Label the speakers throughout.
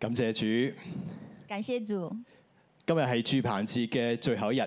Speaker 1: 感謝主，
Speaker 2: 感谢主，
Speaker 1: 今日係住棚節嘅最後一日。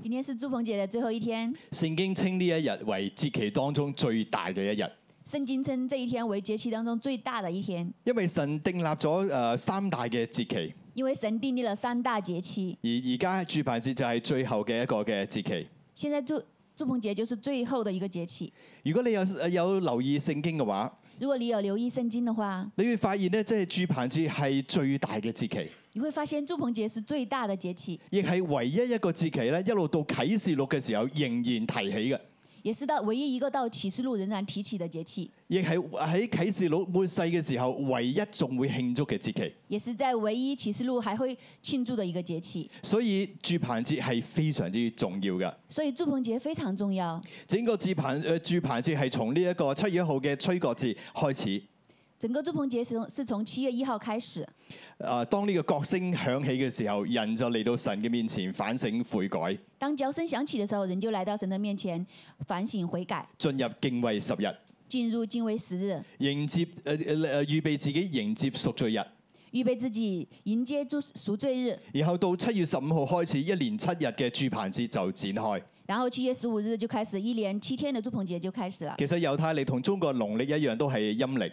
Speaker 2: 今天是祝鹏姐的最后一天。
Speaker 1: 聖經稱呢一日為節期當中最大嘅一日，
Speaker 2: 圣经称这一天为节期当中最大的一天，
Speaker 1: 因為神訂立咗誒、呃三大嘅節期，
Speaker 2: 因为神订立了三大节期。
Speaker 1: 而而家住棚節就係最後嘅一個嘅節期。
Speaker 2: 现在祝祝鹏节就是最后的一个节期。
Speaker 1: 如果你有呃有留意聖經嘅話，
Speaker 2: 如果你有留意圣经的话，
Speaker 1: 你會發現咧，即係住棚節係最大嘅節期，
Speaker 2: 你会发现祝鹏节是最大的节期，
Speaker 1: 亦係唯一一個節期咧，一路到啟示錄嘅時候仍然提起嘅，
Speaker 2: 也是到唯一一个到启示录仍然提起的节期，
Speaker 1: 亦係喺啟示錄末世嘅時候唯一仲會慶祝嘅節期。
Speaker 2: 也是在唯一启示录还会庆祝的一个节期。
Speaker 1: 所以住棚節係非常之重要嘅。
Speaker 2: 所以祝鹏节非常重要。
Speaker 1: 整個住棚誒住棚節係從呢一個七月一號嘅吹角節開始。
Speaker 2: 整个祝鹏节是从是从七月一号开始，
Speaker 1: 啊，當呢個角聲響起嘅時候，人就嚟到神嘅面前反省悔改，
Speaker 2: 当脚声响起的时候，人就来到神的面前反省悔改，
Speaker 1: 進入敬畏十日，
Speaker 2: 进入敬畏十日。
Speaker 1: 迎接呃誒誒誒預備自己迎接贖罪日。
Speaker 2: 预备自己迎接主赎罪日，
Speaker 1: 然後到七月十五號開始，一連七日嘅住棚節就展開。
Speaker 2: 然后七月十五日就开始，一连七天的祝棚节就开始了。
Speaker 1: 其實猶太歷同中國農曆一樣，都係陰歷。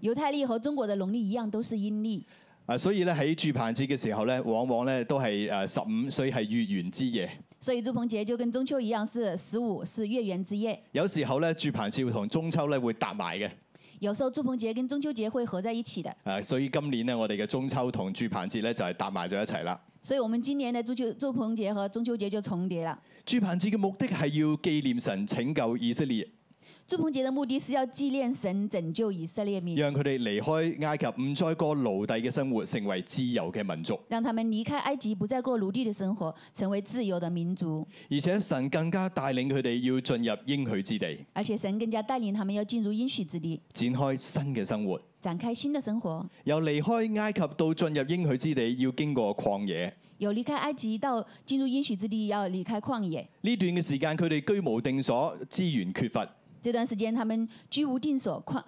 Speaker 2: 犹太历和中国的农历一样，都是阴历，
Speaker 1: 啊，所以咧喺住棚節嘅時候咧，往往咧都係誒十五，所以係月圓之夜。
Speaker 2: 所以祝棚节就跟中秋一样是十五，是月圆之夜。
Speaker 1: 有時候咧，住棚節同中秋咧會搭埋嘅。
Speaker 2: 有时候祝棚节跟中秋节会合在一起的，
Speaker 1: 啊，所以今年咧，我哋嘅中秋同住棚節咧就係搭埋咗一齊啦。
Speaker 2: 所以我们今年的中秋祝棚节和中秋节就重叠了。
Speaker 1: 住棚節嘅目的係要紀念神拯救以色列，
Speaker 2: 祝棚节的目的是要纪念神拯救以色列民，
Speaker 1: 讓佢哋離開埃及，唔再過奴隸嘅生活，成為自由嘅民族。
Speaker 2: 让他们离开埃及，不再过奴隶的生活，成为自由的民族。
Speaker 1: 而且神更加帶領佢哋要進入應許之地，
Speaker 2: 而且神更加带领他们要进入应许之地，
Speaker 1: 展開新嘅生活。
Speaker 2: 展开新的生活。
Speaker 1: 由離開埃及到進入應許之地，要經過曠野。
Speaker 2: 有离开埃及到进入应许之地，要离开旷野。
Speaker 1: 呢段嘅時間，佢哋居無定所，資源缺乏，
Speaker 2: 这段时间他们居无定所，旷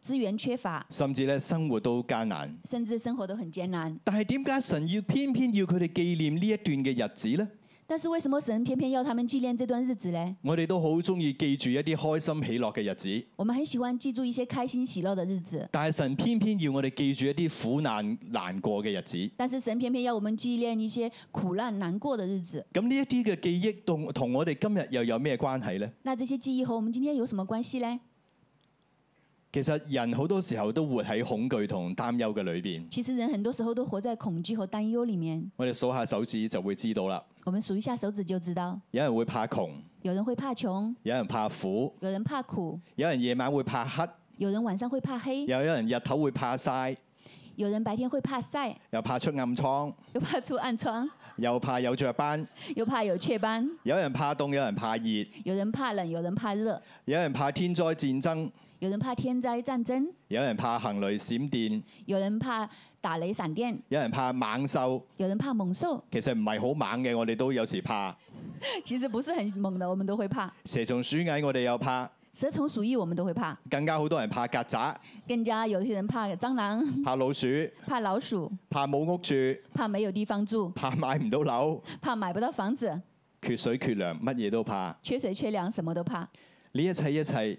Speaker 2: 资源缺乏，
Speaker 1: 甚至咧生活都艱難。
Speaker 2: 甚至生活都很艰难。
Speaker 1: 但係點解神要偏偏要佢哋紀念呢一段嘅日子呢？
Speaker 2: 但是为什么神偏偏要他们纪念这段日子嘞？
Speaker 1: 我哋都好中意記住一啲開心喜樂嘅日子，
Speaker 2: 我们很喜欢记住一些开心喜乐的日子，
Speaker 1: 但係神偏偏要我哋記住一啲苦難難過嘅日子。
Speaker 2: 但是神偏偏要我们纪念一些苦难难过的日子。
Speaker 1: 咁呢一啲嘅記憶同同我哋今日又有咩關係呢？
Speaker 2: 那这些记忆和我们今天有什么关系嘞？
Speaker 1: 其實人好多時候都活喺恐懼同擔憂嘅裏邊。
Speaker 2: 其实人很多时候都活在恐惧和担忧里面。
Speaker 1: 我哋數下手指就會知道啦。
Speaker 2: 我们数一下手指就知道，
Speaker 1: 有人會怕窮，
Speaker 2: 有人会怕穷，
Speaker 1: 有人怕苦，
Speaker 2: 有人怕苦，
Speaker 1: 有人夜晚會怕黑，
Speaker 2: 有人晚上会怕黑，
Speaker 1: 又有人日頭會怕晒，
Speaker 2: 有人白天会怕晒，
Speaker 1: 又怕出暗瘡，
Speaker 2: 又怕出暗疮，
Speaker 1: 又怕有雀斑，
Speaker 2: 又怕有雀斑，
Speaker 1: 有人怕凍，有人怕熱，
Speaker 2: 有人怕冷，有人怕热，
Speaker 1: 有人怕天災戰爭，
Speaker 2: 有人怕天灾战争，
Speaker 1: 有人怕行雷閃電。
Speaker 2: 有人怕打雷闪电，
Speaker 1: 有人怕猛獸，
Speaker 2: 有人怕猛兽。
Speaker 1: 其實唔係好猛嘅，我哋都有時怕。
Speaker 2: 其实不是很猛的，我们都会怕。
Speaker 1: 蛇蟲鼠蟻我哋又怕，
Speaker 2: 蛇虫鼠蚁我们都会怕，
Speaker 1: 更加好多人怕曱甴、
Speaker 2: 更加有些人怕蟑螂、
Speaker 1: 怕老鼠、
Speaker 2: 怕老鼠、
Speaker 1: 怕冇屋住、
Speaker 2: 怕没有地方住、
Speaker 1: 怕買唔到樓、
Speaker 2: 怕买不到房子、
Speaker 1: 缺水缺糧，乜嘢都怕。
Speaker 2: 缺水缺粮，什么都怕。
Speaker 1: 呢一切一切，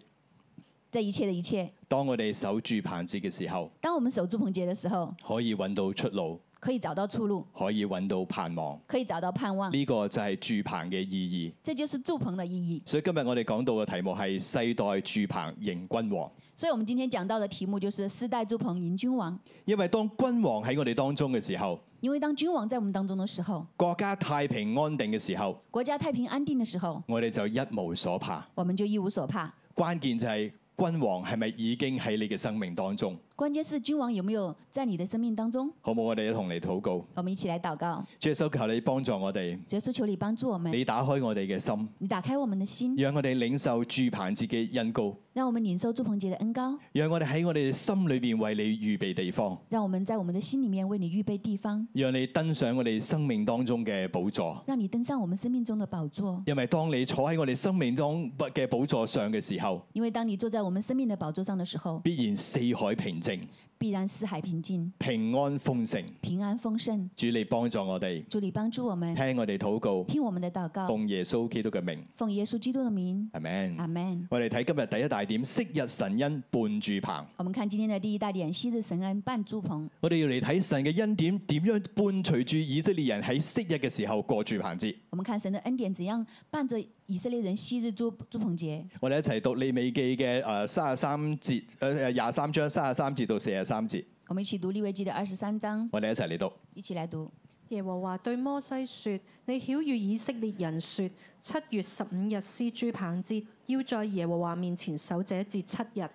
Speaker 2: 这一切的一切，
Speaker 1: 當我哋守住棚節嘅時候，
Speaker 2: 当我们守住棚节的时候，
Speaker 1: 可以揾到出路，
Speaker 2: 可以找到出路，
Speaker 1: 可以揾到盼望。
Speaker 2: 可以找到盼望。
Speaker 1: 呢、個就係住棚嘅意義。
Speaker 2: 这就是住棚的意义。
Speaker 1: 所以今日我哋講到嘅題目係世代住棚迎君王，
Speaker 2: 所以，我们今天讲到的题目就是“世代住棚迎君王”。
Speaker 1: 因為當君王喺我哋當中嘅時候，
Speaker 2: 因为当君王在我们当中的时候，
Speaker 1: 國家太平安定嘅時候。
Speaker 2: 国家太平安定的时候，
Speaker 1: 我哋就一無所怕。
Speaker 2: 我们就一无所怕。
Speaker 1: 關鍵就係君王係咪已經喺你嘅生命當中？
Speaker 2: 关键是君王有没有在你的生命当中？
Speaker 1: 好冇？我哋一同嚟禱告。
Speaker 2: 我们一起来祷告，
Speaker 1: 主耶穌求你幫助我哋，
Speaker 2: 主耶稣求你帮助我们，
Speaker 1: 你打開我哋嘅心，
Speaker 2: 你打开我们的心，
Speaker 1: 讓我哋領受住棚節嘅恩膏，
Speaker 2: 让我们领受祝鹏杰的恩高，
Speaker 1: 讓我哋喺我哋心裏邊為你預備地方，
Speaker 2: 让我们在我们的心里面为你预备地方，
Speaker 1: 讓你登上我哋生命當中嘅寶座。
Speaker 2: 让你登上我们生命中的宝座。
Speaker 1: 因為當你坐喺我哋生命中嘅寶座上嘅時候，
Speaker 2: 因为当你坐在我们生命的宝座上的时候，
Speaker 1: 必然四海平靜，
Speaker 2: 必然四海平静，
Speaker 1: 平安豐盛。
Speaker 2: 平安丰盛。
Speaker 1: 主你幫助我哋，
Speaker 2: 主你帮助我们，
Speaker 1: 聽我哋禱告，
Speaker 2: 听我们的祷告，
Speaker 1: 奉耶穌基督嘅名，
Speaker 2: 奉耶稣基督的名，
Speaker 1: 阿 man。
Speaker 2: 阿门。
Speaker 1: 我哋睇今日第一大點，昔日神恩伴住棚。
Speaker 2: 我们看今天的第一大点：昔日神恩伴朱鹏。
Speaker 1: 我哋要嚟睇神嘅恩典點樣伴隨住以色列人喺昔日嘅時候過住棚節。
Speaker 2: 我们看神的恩典怎样伴着以色列人昔日朱朱鹏节。
Speaker 1: 我哋一齊讀利未記嘅誒三十三節，誒誒廿三章三十三節到四十三節，
Speaker 2: 我们一起读利未记的二十三章，
Speaker 1: 我哋一齊嚟讀。
Speaker 2: 一起来读。
Speaker 3: 耶和華對摩西說：你曉喻以色列人說，七月十五日是住棚節，要在耶和華面前守這節七日。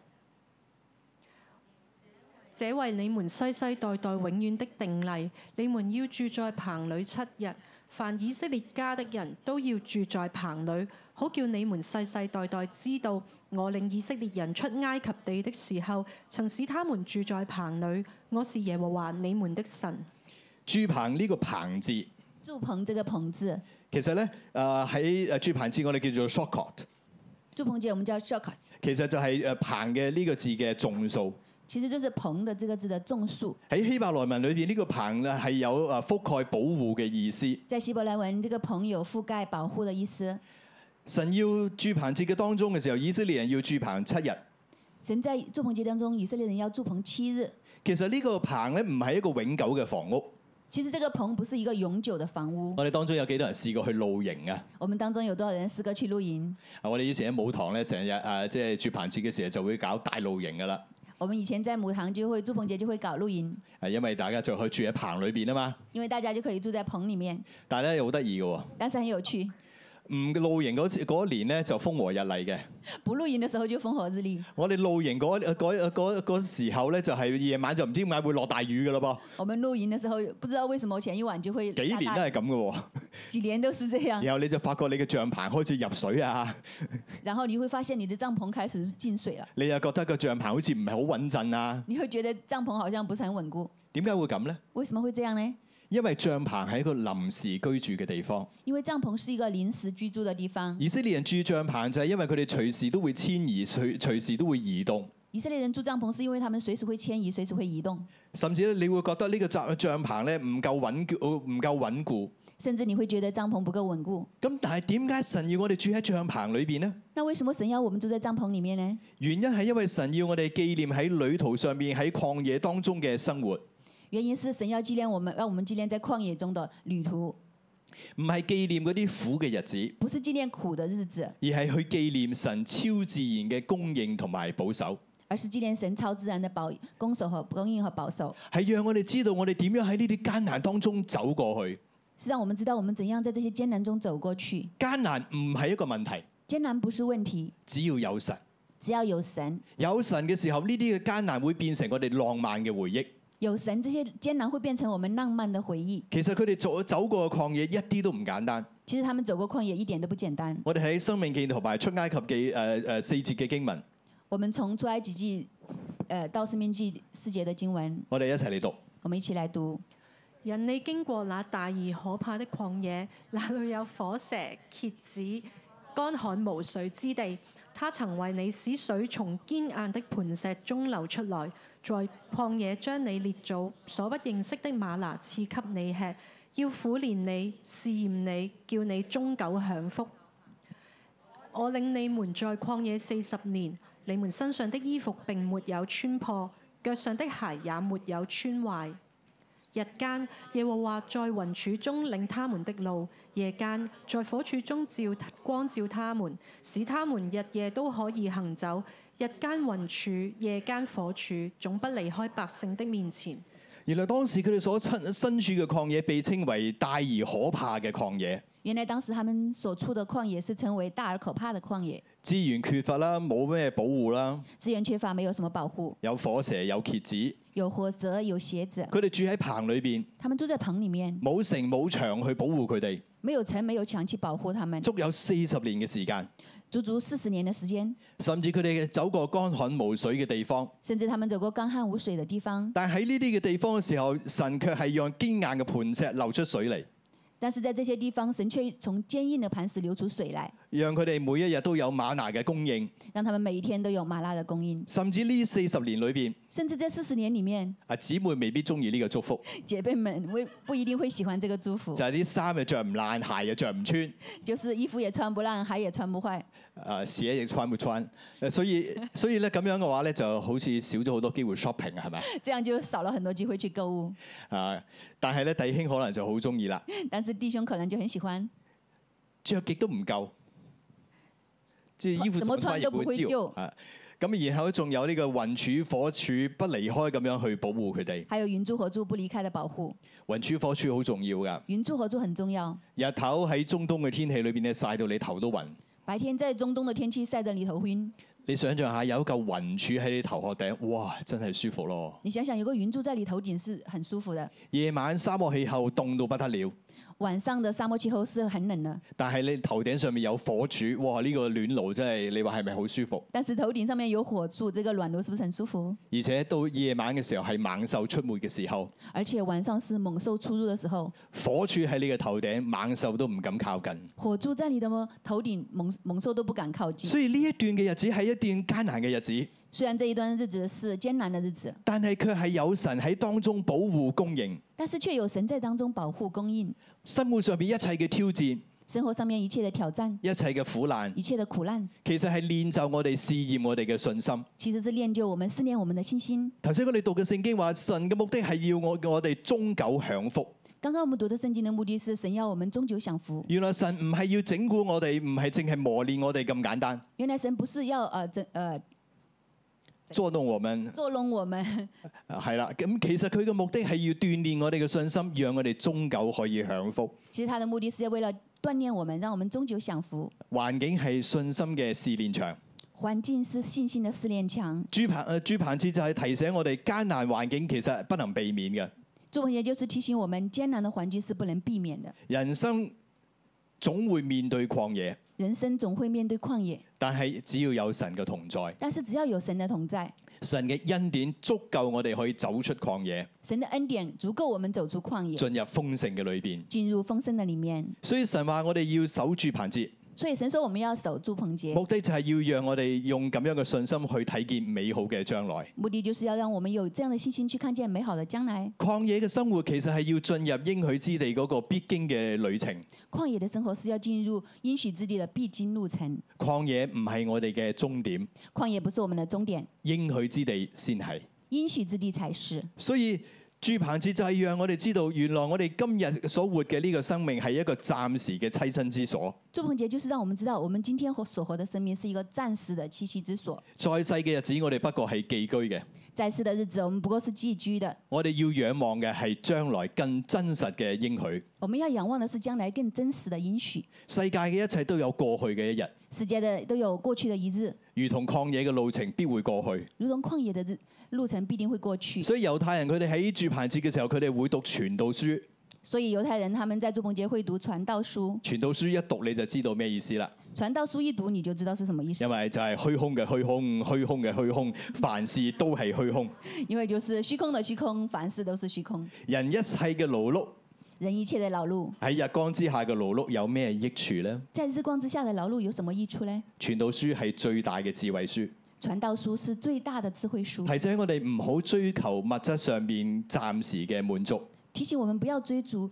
Speaker 3: 這為你們世世代代永遠的定例，你們要住在棚裏七日。凡以色列家的人都要住在棚裏，好叫你們世世代代知道，我領以色列人出埃及地的時候，曾使他們住在棚裏。我是耶和華你們的神。
Speaker 1: 住棚呢個棚字，
Speaker 2: 祝鹏这个鹏字，
Speaker 1: 其實咧誒喺呃誒住棚字我哋叫做 shortcut，
Speaker 2: 祝鹏节我们叫 shock，
Speaker 1: 其實就係誒呃棚嘅呢個字嘅眾數。
Speaker 2: 其实就是鹏的这个字的众数。
Speaker 1: 喺希伯來文裏邊，呢、個棚咧係有誒覆蓋保護嘅意思。
Speaker 2: 在希伯来文，这个鹏有覆盖、保护的意思。
Speaker 1: 神要住棚節嘅當中嘅時候，以色列人要住棚七日。
Speaker 2: 神在祝棚节当中，以色列人要祝棚七日。
Speaker 1: 其實呢個棚咧唔係一個永久嘅房屋。
Speaker 2: 其实这个棚不是一个永久的房屋。
Speaker 1: 我哋當中有幾多人試過去露營啊？
Speaker 2: 我们当中有多少人四哥去露营？
Speaker 1: 啊我哋以前喺舞堂咧，成日誒即係住棚節嘅時候就會搞大露營噶啦。
Speaker 2: 我们以前在母堂就会，祝鹏节就会搞露营，
Speaker 1: 係啊因為大家就可以住喺棚裏邊啊嘛。
Speaker 2: 因为大家就可以住在棚里面，
Speaker 1: 但係咧又好得意嘅喎，
Speaker 2: 但是很有趣。
Speaker 1: 唔露營嗰次嗰一年咧就風和日麗嘅。
Speaker 2: 不露营的时候就风和日丽，
Speaker 1: 我哋露營嗰呃嗰嗰嗰時候咧，就係夜晚就唔知點解會落大雨嘅咯
Speaker 2: 我们露营的时候不知道為什麼前一晚就會
Speaker 1: 噃，幾
Speaker 2: 下
Speaker 1: 年
Speaker 2: 大
Speaker 1: 都
Speaker 2: 雨
Speaker 1: 係咁嘅喎。
Speaker 2: 几年都是这样，
Speaker 1: 然後你就發覺你嘅帳棚開始入水啊，
Speaker 2: 然后你会发现你的帳篷開始進水了，
Speaker 1: 你又覺得個帳篷好似唔係好穩陣啊？
Speaker 2: 你會覺得帳篷好像不是很穩固。
Speaker 1: 點解會咁呢？
Speaker 2: 為什麼會這樣呢？
Speaker 1: 因為帳篷係一個臨時居住嘅地方，
Speaker 2: 因為帳篷是一個臨時居住的地方，
Speaker 1: 以色列人住帳篷就係因為佢哋隨時都會遷移，隨隨時都會移動，
Speaker 2: 以色列人住帳篷是因為他們隨時會遷移，隨時會移動，
Speaker 1: 甚至咧你會覺得呢個帳帳篷咧唔夠穩固，呃唔夠穩固。
Speaker 2: 甚至你會覺得帳篷不夠穩固。
Speaker 1: 咁但係點解神要我哋住喺帳篷裏邊呢？
Speaker 2: 那為什麼神要我們住在帳篷裡面呢？
Speaker 1: 原因係因為神要我哋紀念喺旅途上面喺曠野當中嘅生活，
Speaker 2: 原因是神要纪念我們，让我們纪念在旷野中的旅途，
Speaker 1: 唔係紀念嗰啲苦嘅日子，
Speaker 2: 不是纪念苦的日子，
Speaker 1: 而係去紀念神超自然嘅供應同埋保守，
Speaker 2: 而是纪念神超自然的保攻守和供应和保守。
Speaker 1: 係讓我哋知道我哋點樣喺呢啲艱難當中走過去。
Speaker 2: 是让我们知道我们怎样在这些艰难中走过去。
Speaker 1: 艱難唔係一個問題，
Speaker 2: 艰难不是问题，
Speaker 1: 只要有神，
Speaker 2: 只要有神，
Speaker 1: 有神嘅時候，呢啲嘅艱難會變成我哋浪漫嘅回憶。
Speaker 2: 有神，这些艰难会变成我们浪漫的回忆。
Speaker 1: 其實佢哋走走過嘅曠野一啲都唔簡單。
Speaker 2: 其实他们走過旷野一点都不简单。
Speaker 1: 我哋喺《生命記》同埋《出埃及記》誒誒四節嘅經文，
Speaker 2: 我们从出埃及记，呃，到生命记四节的经文，
Speaker 1: 我哋一齊嚟讀。
Speaker 2: 我们一起来读。
Speaker 3: 人你經過那大而可怕的曠野，那裏有火蛇、蝎子、乾旱無水之地。他曾為你使水從堅硬的磐石中流出來，在曠野將你列祖所不認識的馬拿賜給你吃，要苦練你、試驗你，叫你終久享福。我領你們在曠野四十年，你們身上的衣服並沒有穿破，腳上的鞋也沒有穿壞。日間耶和華在雲柱中領他們的路，夜間在火柱中照光照他們，使他們日夜都可以行走。日間雲柱，夜間火柱，總不離開百姓的面前。
Speaker 1: 原來當時佢哋所親身處嘅曠野被稱為大而可怕嘅曠野，
Speaker 2: 原來当时他们所处的旷野是称为大而可怕的旷野，
Speaker 1: 資源缺乏啦，冇咩保護啦，
Speaker 2: 资源缺乏，没有什么保护，
Speaker 1: 有火蛇有蝎子，
Speaker 2: 有火蛇，有鞋子，
Speaker 1: 佢哋住喺棚裏邊，
Speaker 2: 他们住在棚里面，
Speaker 1: 冇城冇牆去保護佢哋，
Speaker 2: 没有城，没有墙去保护他们，
Speaker 1: 足有四十年嘅時間，
Speaker 2: 足足四十年的時間，
Speaker 1: 甚至佢哋走過乾旱無水嘅地方，
Speaker 2: 甚至他们走過干旱無水的地方。
Speaker 1: 但喺呢啲嘅地方嘅時候，神卻係讓堅硬嘅磐石流出水嚟。
Speaker 2: 但是在这些地方，神却从坚硬的磐石流出水来，
Speaker 1: 讓佢哋每一日都有馬拿嘅供應，
Speaker 2: 让他们每一天都有麻辣的供应。
Speaker 1: 甚至呢四十年裏邊，
Speaker 2: 甚至这四十年里面，
Speaker 1: 啊姊妹未必中意呢個祝福，
Speaker 2: 姐妹们未不一定会喜欢这个祝福
Speaker 1: 就，係啲衫又着唔爛，鞋又着唔穿，
Speaker 2: 就是衣服也穿不爛，鞋也穿不壞，
Speaker 1: 啊鞋亦穿唔穿，誒所以所以咧咁樣嘅話咧，就好似少咗好多機會 shopping 啊係咪？
Speaker 2: 这样就少了很多机会去购物。
Speaker 1: 啊，但係咧弟兄可能就好中意啦，
Speaker 2: 但是弟兄可能就很喜歡，
Speaker 1: 着極都唔夠，即係衣服
Speaker 2: 怎
Speaker 1: 麼
Speaker 2: 麼穿
Speaker 1: 穿亦
Speaker 2: 都不
Speaker 1: 會
Speaker 2: 會
Speaker 1: 焦
Speaker 2: 焦
Speaker 1: 啊。咁然後仲有呢個雲柱火柱不離開咁樣去保護佢哋，
Speaker 2: 还有雲柱、火柱不離開的保護。
Speaker 1: 雲柱火柱好重要㗎。
Speaker 2: 雲柱、火柱很重要。
Speaker 1: 日頭喺中東嘅天氣裏邊咧曬到你頭都暈。
Speaker 2: 白天在中東的天氣曬得你頭暈，
Speaker 1: 你想象下有一嚿雲柱喺你頭殼頂，哇！真係舒服咯。
Speaker 2: 你想想有個雲柱在你頭頂是很舒服的。
Speaker 1: 夜晚沙漠氣候凍到不得了，
Speaker 2: 晚上的沙漠氣候是很冷的，
Speaker 1: 但係你頭頂上面有火柱，哇！呢、個暖爐真係你話係咪好舒服？
Speaker 2: 但是頭頂上面有火柱，這個暖爐是不是很舒服？
Speaker 1: 而且到夜晚嘅時候係猛獸出沒嘅時候，
Speaker 2: 而且晚上是猛獸出入的時候，
Speaker 1: 火柱喺你嘅頭頂，猛獸都唔敢靠近。
Speaker 2: 火柱在你的麼頭頂，猛猛獸都不敢靠近。
Speaker 1: 所以呢一段嘅日子係一段艱難嘅日子，
Speaker 2: 雖然這一段日子是艱難的日子，
Speaker 1: 但係卻係有神喺當中保護供應。
Speaker 2: 但是卻有神在當中保護供應。
Speaker 1: 生活上邊一切嘅挑戰，一
Speaker 2: 生活上面一切的挑戰，
Speaker 1: 切嘅苦難，
Speaker 2: 一切的苦難，
Speaker 1: 其實係練就我哋試驗我哋嘅信心。
Speaker 2: 其實是練就我們試煉我們的信心。
Speaker 1: 頭先我哋讀嘅聖經話，神嘅目的係要我我哋終久享福。
Speaker 2: 剛剛我們讀的聖經的目的是神要我們終究享福。
Speaker 1: 原來神唔係要整蠱我哋，唔係淨係磨練我哋咁簡單，
Speaker 2: 原來神不是要呃整呃
Speaker 1: 捉弄我們
Speaker 2: 捉弄我們，
Speaker 1: 啊係啦。咁其實佢嘅目的係要鍛鍊我哋嘅信心，讓我哋終久可以享福。
Speaker 2: 其實他的目的是為了鍛鍊我們，讓我們終究享福。
Speaker 1: 環境係信心嘅試煉場。
Speaker 2: 環境是信心的試煉牆。
Speaker 1: 朱鵬誒朱鵬志就係提醒我哋艱難環境其實不能避免嘅，
Speaker 2: 朱文杰就是提醒我們，艱難的環境是不能避免的，
Speaker 1: 人生總會面對曠野，
Speaker 2: 人生總會面對曠野，
Speaker 1: 但係只要有神嘅同在，
Speaker 2: 但是只要有神的同在，
Speaker 1: 神嘅恩典足夠我哋可以走出曠野，
Speaker 2: 神的恩典足夠我們走出曠野，
Speaker 1: 進入豐盛嘅裏邊。
Speaker 2: 進入豐盛的裡面。
Speaker 1: 所以神話我哋要守住棚節，
Speaker 2: 所以神說我們要守住棚節，
Speaker 1: 目的就係要讓我哋用咁樣嘅信心去睇見美好嘅將來。
Speaker 2: 目的就是要讓我們有這樣的信心去看見美好的將來。
Speaker 1: 曠野嘅生活其實係要進入應許之地嗰個必經嘅旅程。
Speaker 2: 曠野的生活是要進入應許之地的必經路程，
Speaker 1: 曠野唔係我哋嘅終點，
Speaker 2: 曠野不是我們的終點，
Speaker 1: 應許之地先係。
Speaker 2: 應許之地才是。
Speaker 1: 所以住棚節就係讓我哋知道，原來我哋今日所活嘅呢個生命係一個暫時嘅棲身之所。
Speaker 2: 祝棚節就是讓我們知道，我們今天活所活的生命是一個暫時的栖息之所，
Speaker 1: 在世嘅日子，我哋不過係寄居嘅，
Speaker 2: 在世的日子我們不過是寄居的，
Speaker 1: 我哋要仰望嘅係將來更真實嘅應許。
Speaker 2: 我們要仰望的是將來更真實的應許。
Speaker 1: 世界嘅一切都有過去嘅一日。
Speaker 2: 世界的都有過去的一日，
Speaker 1: 如同曠野嘅路程必會過去，
Speaker 2: 如同曠野的日路程必定會過去。
Speaker 1: 所以猶太人佢哋喺住棚節嘅時候，佢哋會讀傳道書。
Speaker 2: 所以猶太人他們在祝棚節會讀傳道書，
Speaker 1: 傳道書一讀你就知道咩意思啦，
Speaker 2: 傳道書一讀你就知道是什麼意思，
Speaker 1: 因為就係虛空嘅虛空，虛空嘅虛空，凡事都係虛空。
Speaker 2: 因為就是虛空的虛空，凡事都是虛空。
Speaker 1: 人一世嘅勞碌
Speaker 2: 人一切的勞碌，
Speaker 1: 喺日光之下嘅勞碌有咩益處呢？
Speaker 2: 在日光之下的勞碌有什麼益處呢？
Speaker 1: 傳道書係最大嘅智慧書，
Speaker 2: 傳道書是最大的智慧書，
Speaker 1: 提醒我哋唔好追求物質上面暫時嘅滿足，
Speaker 2: 提醒我們不要追逐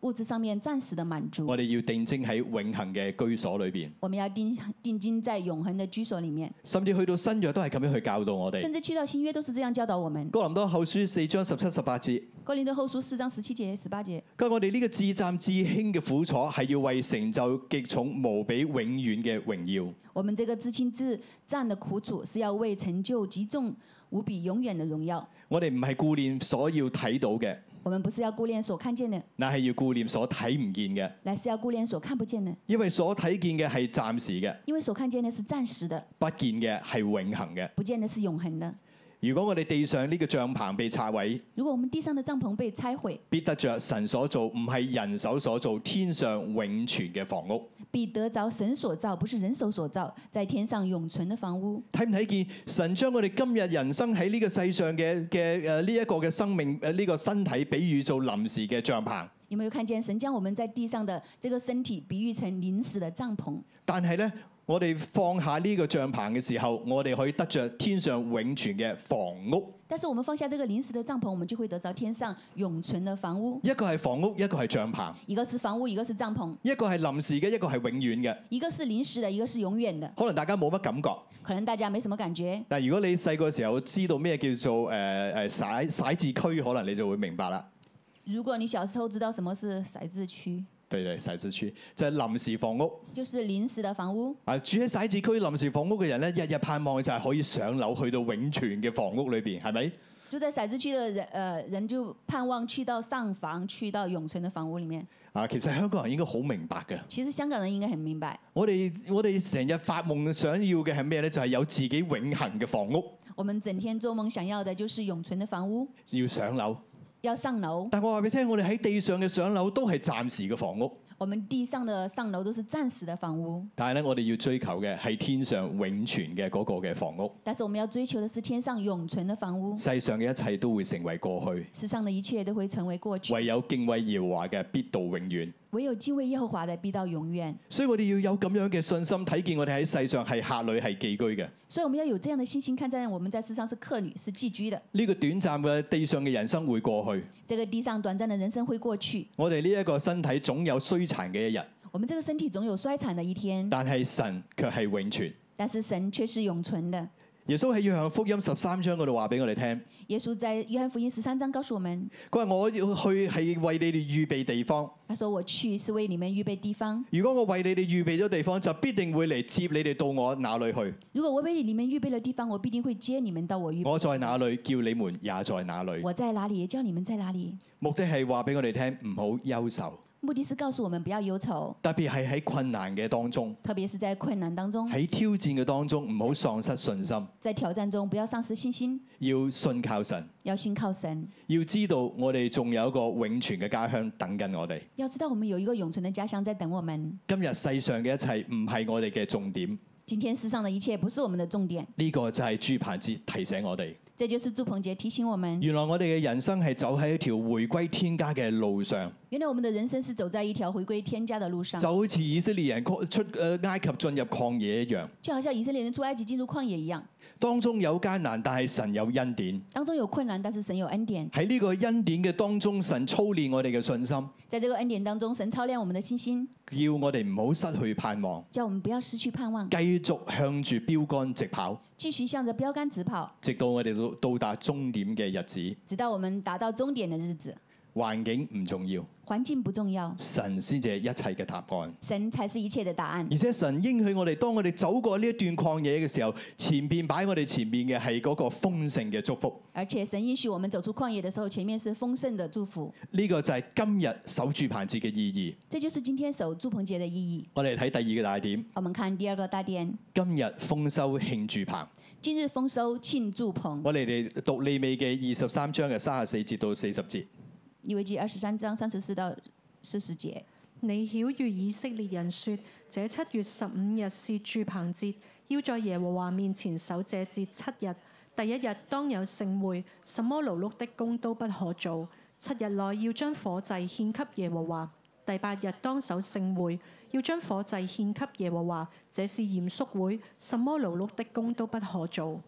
Speaker 2: 物質上面暫時的滿足，
Speaker 1: 我哋要定睛喺永恆嘅居所裏邊，
Speaker 2: 我們要定定睛在永恆的居所裡面。
Speaker 1: 甚至去到新約都係咁樣去教導我哋。
Speaker 2: 甚至去到新約都是這樣教導我們。
Speaker 1: 哥林多後書四章十七十八節。
Speaker 2: 哥林多後書四章十七節、十八節，
Speaker 1: 佢話我哋呢個至暫至輕嘅苦楚，係要為成就極重無比永遠嘅榮耀。
Speaker 2: 我們這個自輕自戰的苦楚，是要為成就極重無比永遠的榮耀。
Speaker 1: 我哋唔係顧念所要睇到嘅，
Speaker 2: 我們不是要顧念所看見的，
Speaker 1: 乃係要顧念所睇唔見嘅，
Speaker 2: 乃是要顧念所看不見的，
Speaker 1: 因為所睇見嘅係暫時嘅，
Speaker 2: 因為所看見的是暫時的，
Speaker 1: 不見嘅係永恆嘅。
Speaker 2: 不見得是永恆的。
Speaker 1: 如果我哋地上呢個帳棚被拆毀，
Speaker 2: 如果我們地上的帳篷被拆毀，
Speaker 1: 必得着神所做，唔係人手所做，天上永存嘅房屋。
Speaker 2: 必得着神所造，不是人手所造，在天上永存的房屋。
Speaker 1: 睇唔睇見神將我哋今日人生喺呢呃個世上嘅嘅誒呢一個嘅生命誒呢、個身體，比喻做臨時嘅帳棚？
Speaker 2: 有没有看见神将我们在地上的这个身体比喻成临时的帐篷？
Speaker 1: 但係咧，我哋放下呢個帳棚嘅時候，我哋可以得着天上永存嘅房屋。
Speaker 2: 但是我们放下这个临时的帐篷，我们就会得着天上永存的房屋。
Speaker 1: 一個係房屋，一個係帳棚，
Speaker 2: 一个是房屋，一个是帐篷，
Speaker 1: 一個係臨時嘅，一個係永遠嘅。
Speaker 2: 一个是临时的，一个是永远的。
Speaker 1: 可能大家冇乜感覺，
Speaker 2: 可能大家没什么感觉，
Speaker 1: 但係如果你細個嘅時候知道咩叫做誒誒徙徙置區，可能你就會明白啦。
Speaker 2: 如果你小时候知道什么是骰子区，
Speaker 1: 對對，徙置區就係、臨時房屋。
Speaker 2: 就是临时的房屋。
Speaker 1: 啊，住喺徙置區臨時房屋嘅人咧，日日盼望就係可以上樓去到永存嘅房屋裏邊，係咪？
Speaker 2: 住在骰子区的人，呃，人就盼望去到上房，去到永存的房屋里面。
Speaker 1: 啊，其實香港人應該好明白嘅。
Speaker 2: 其实香港人应该很明白，
Speaker 1: 我哋我哋成日發夢想要嘅係咩咧？就係、有自己永恆嘅房屋，
Speaker 2: 我们整天做梦想要的就是永存的房屋，
Speaker 1: 要上樓。
Speaker 2: 要上楼。
Speaker 1: 但我話俾你聽，我哋喺地上嘅上樓都係暫時嘅房屋，
Speaker 2: 我们地上的上楼都是暂时的房屋，
Speaker 1: 但係咧，我哋要追求嘅係天上永存嘅嗰個嘅房屋。
Speaker 2: 但是我们要追求的是天上永存的房屋。
Speaker 1: 世上嘅一切都會成為過去，
Speaker 2: 世上的一切都会成为过去，
Speaker 1: 唯有敬畏耶和華嘅必到永遠。
Speaker 2: 唯有敬畏耶和华的必到永远。
Speaker 1: 所以我哋要有咁樣嘅信心，睇見我哋喺世上係客旅係寄居嘅。
Speaker 2: 所以我们要有这样的信心，看在我们在世上是客旅，是寄居的。
Speaker 1: 呢個短暫嘅地上嘅人生會過去，
Speaker 2: 这个地上短暂的人生会過去，
Speaker 1: 我哋呢一個身體總有衰殘嘅一日，
Speaker 2: 我们这个身体總有衰殘的一天，
Speaker 1: 但係神卻係永存。
Speaker 2: 但是神却是永存的。
Speaker 1: 耶穌喺約翰福音十三章嗰度話俾我哋聽，
Speaker 2: 耶穌在约翰福音十三章告訴我們，
Speaker 1: 佢話我要去係為你哋預備地方。
Speaker 2: 他說：“我去是為你們預備地方。
Speaker 1: 如果我為你哋預備咗地方，就必定會嚟接你哋到我那裏去。
Speaker 2: 如果我為你們預備了地方，我必定會接你們到我預
Speaker 1: 我在哪裏，叫你們也在哪裏。
Speaker 2: 我在哪里，也叫你們在哪里。
Speaker 1: 目的係話俾我哋聽，唔好憂愁，
Speaker 2: 目的是告訴我們不要憂愁，
Speaker 1: 特別係喺困難嘅當中，
Speaker 2: 特別是在困難當中，
Speaker 1: 喺挑戰嘅當中，唔好喪失信心，
Speaker 2: 在挑戰中不要喪失信心，
Speaker 1: 要信靠神。
Speaker 2: 要信靠神。
Speaker 1: 要知道我哋仲有一個永存嘅家鄉等緊我哋。
Speaker 2: 要知道我們有一個永存的家鄉在等我們。
Speaker 1: 今日世上嘅一切唔係我哋嘅重點，
Speaker 2: 今天世上的一切不是我們的重點，
Speaker 1: 呢、個就係朱鵬哲提醒我哋。
Speaker 2: 這就是祝鹏杰提醒我們。”
Speaker 1: 原來我哋嘅人生係走喺一條回歸天家嘅路上，
Speaker 2: 原来我们的人生是走在一条回归天家的路上，
Speaker 1: 就好似以色列人出出呃埃及進入曠野一樣。
Speaker 2: 就好像以色列人出埃及进入旷野一样，
Speaker 1: 當中有艱難，但係神有恩典。
Speaker 2: 当中有困难，但是神有恩典，
Speaker 1: 喺呢個恩典嘅當中，神操練我哋嘅信心，叫
Speaker 2: 在这个恩典当中，神操练我们的信心，
Speaker 1: 我哋唔好失去盼望，
Speaker 2: 叫我们不要失去盼望，
Speaker 1: 繼續向住標杆直跑，
Speaker 2: 继续向着标杆直跑，
Speaker 1: 直到我哋到到達終點嘅日子。
Speaker 2: 直到我们达到终点的日子。
Speaker 1: 環境唔重要，
Speaker 2: 环境不重要，
Speaker 1: 神先至係一切嘅答案。
Speaker 2: 神才是一切的答案
Speaker 1: 而。且神應許我哋，當我哋走過呢一段曠野嘅時候，前邊擺我哋前面嘅係嗰個豐盛嘅祝福。
Speaker 2: 而且神允许我们走出旷野的时候，前面是丰盛的祝福。
Speaker 1: 呢、個就係今日守住棚節嘅意義。
Speaker 2: 这就是今天守祝棚节的意义。
Speaker 1: 我哋睇第二個大點，
Speaker 2: 我们看第二个大点，
Speaker 1: 今日豐收慶住棚。
Speaker 2: 今日丰收庆祝棚，
Speaker 1: 我哋嚟讀利未嘅二十三章嘅三十四節到四十節。
Speaker 2: 利未记二十三章三十四到四十节。
Speaker 3: 你曉喻以色列人說：這七月十五日是住棚節，要在耶和華面前守這節七日。第一日當有盛會，什麼勞碌的工都不可做。七日內要將火祭獻給耶和華。第八日當守盛會，要將火祭獻給耶和華。這是嚴肅會，什麼勞碌的工都不可做。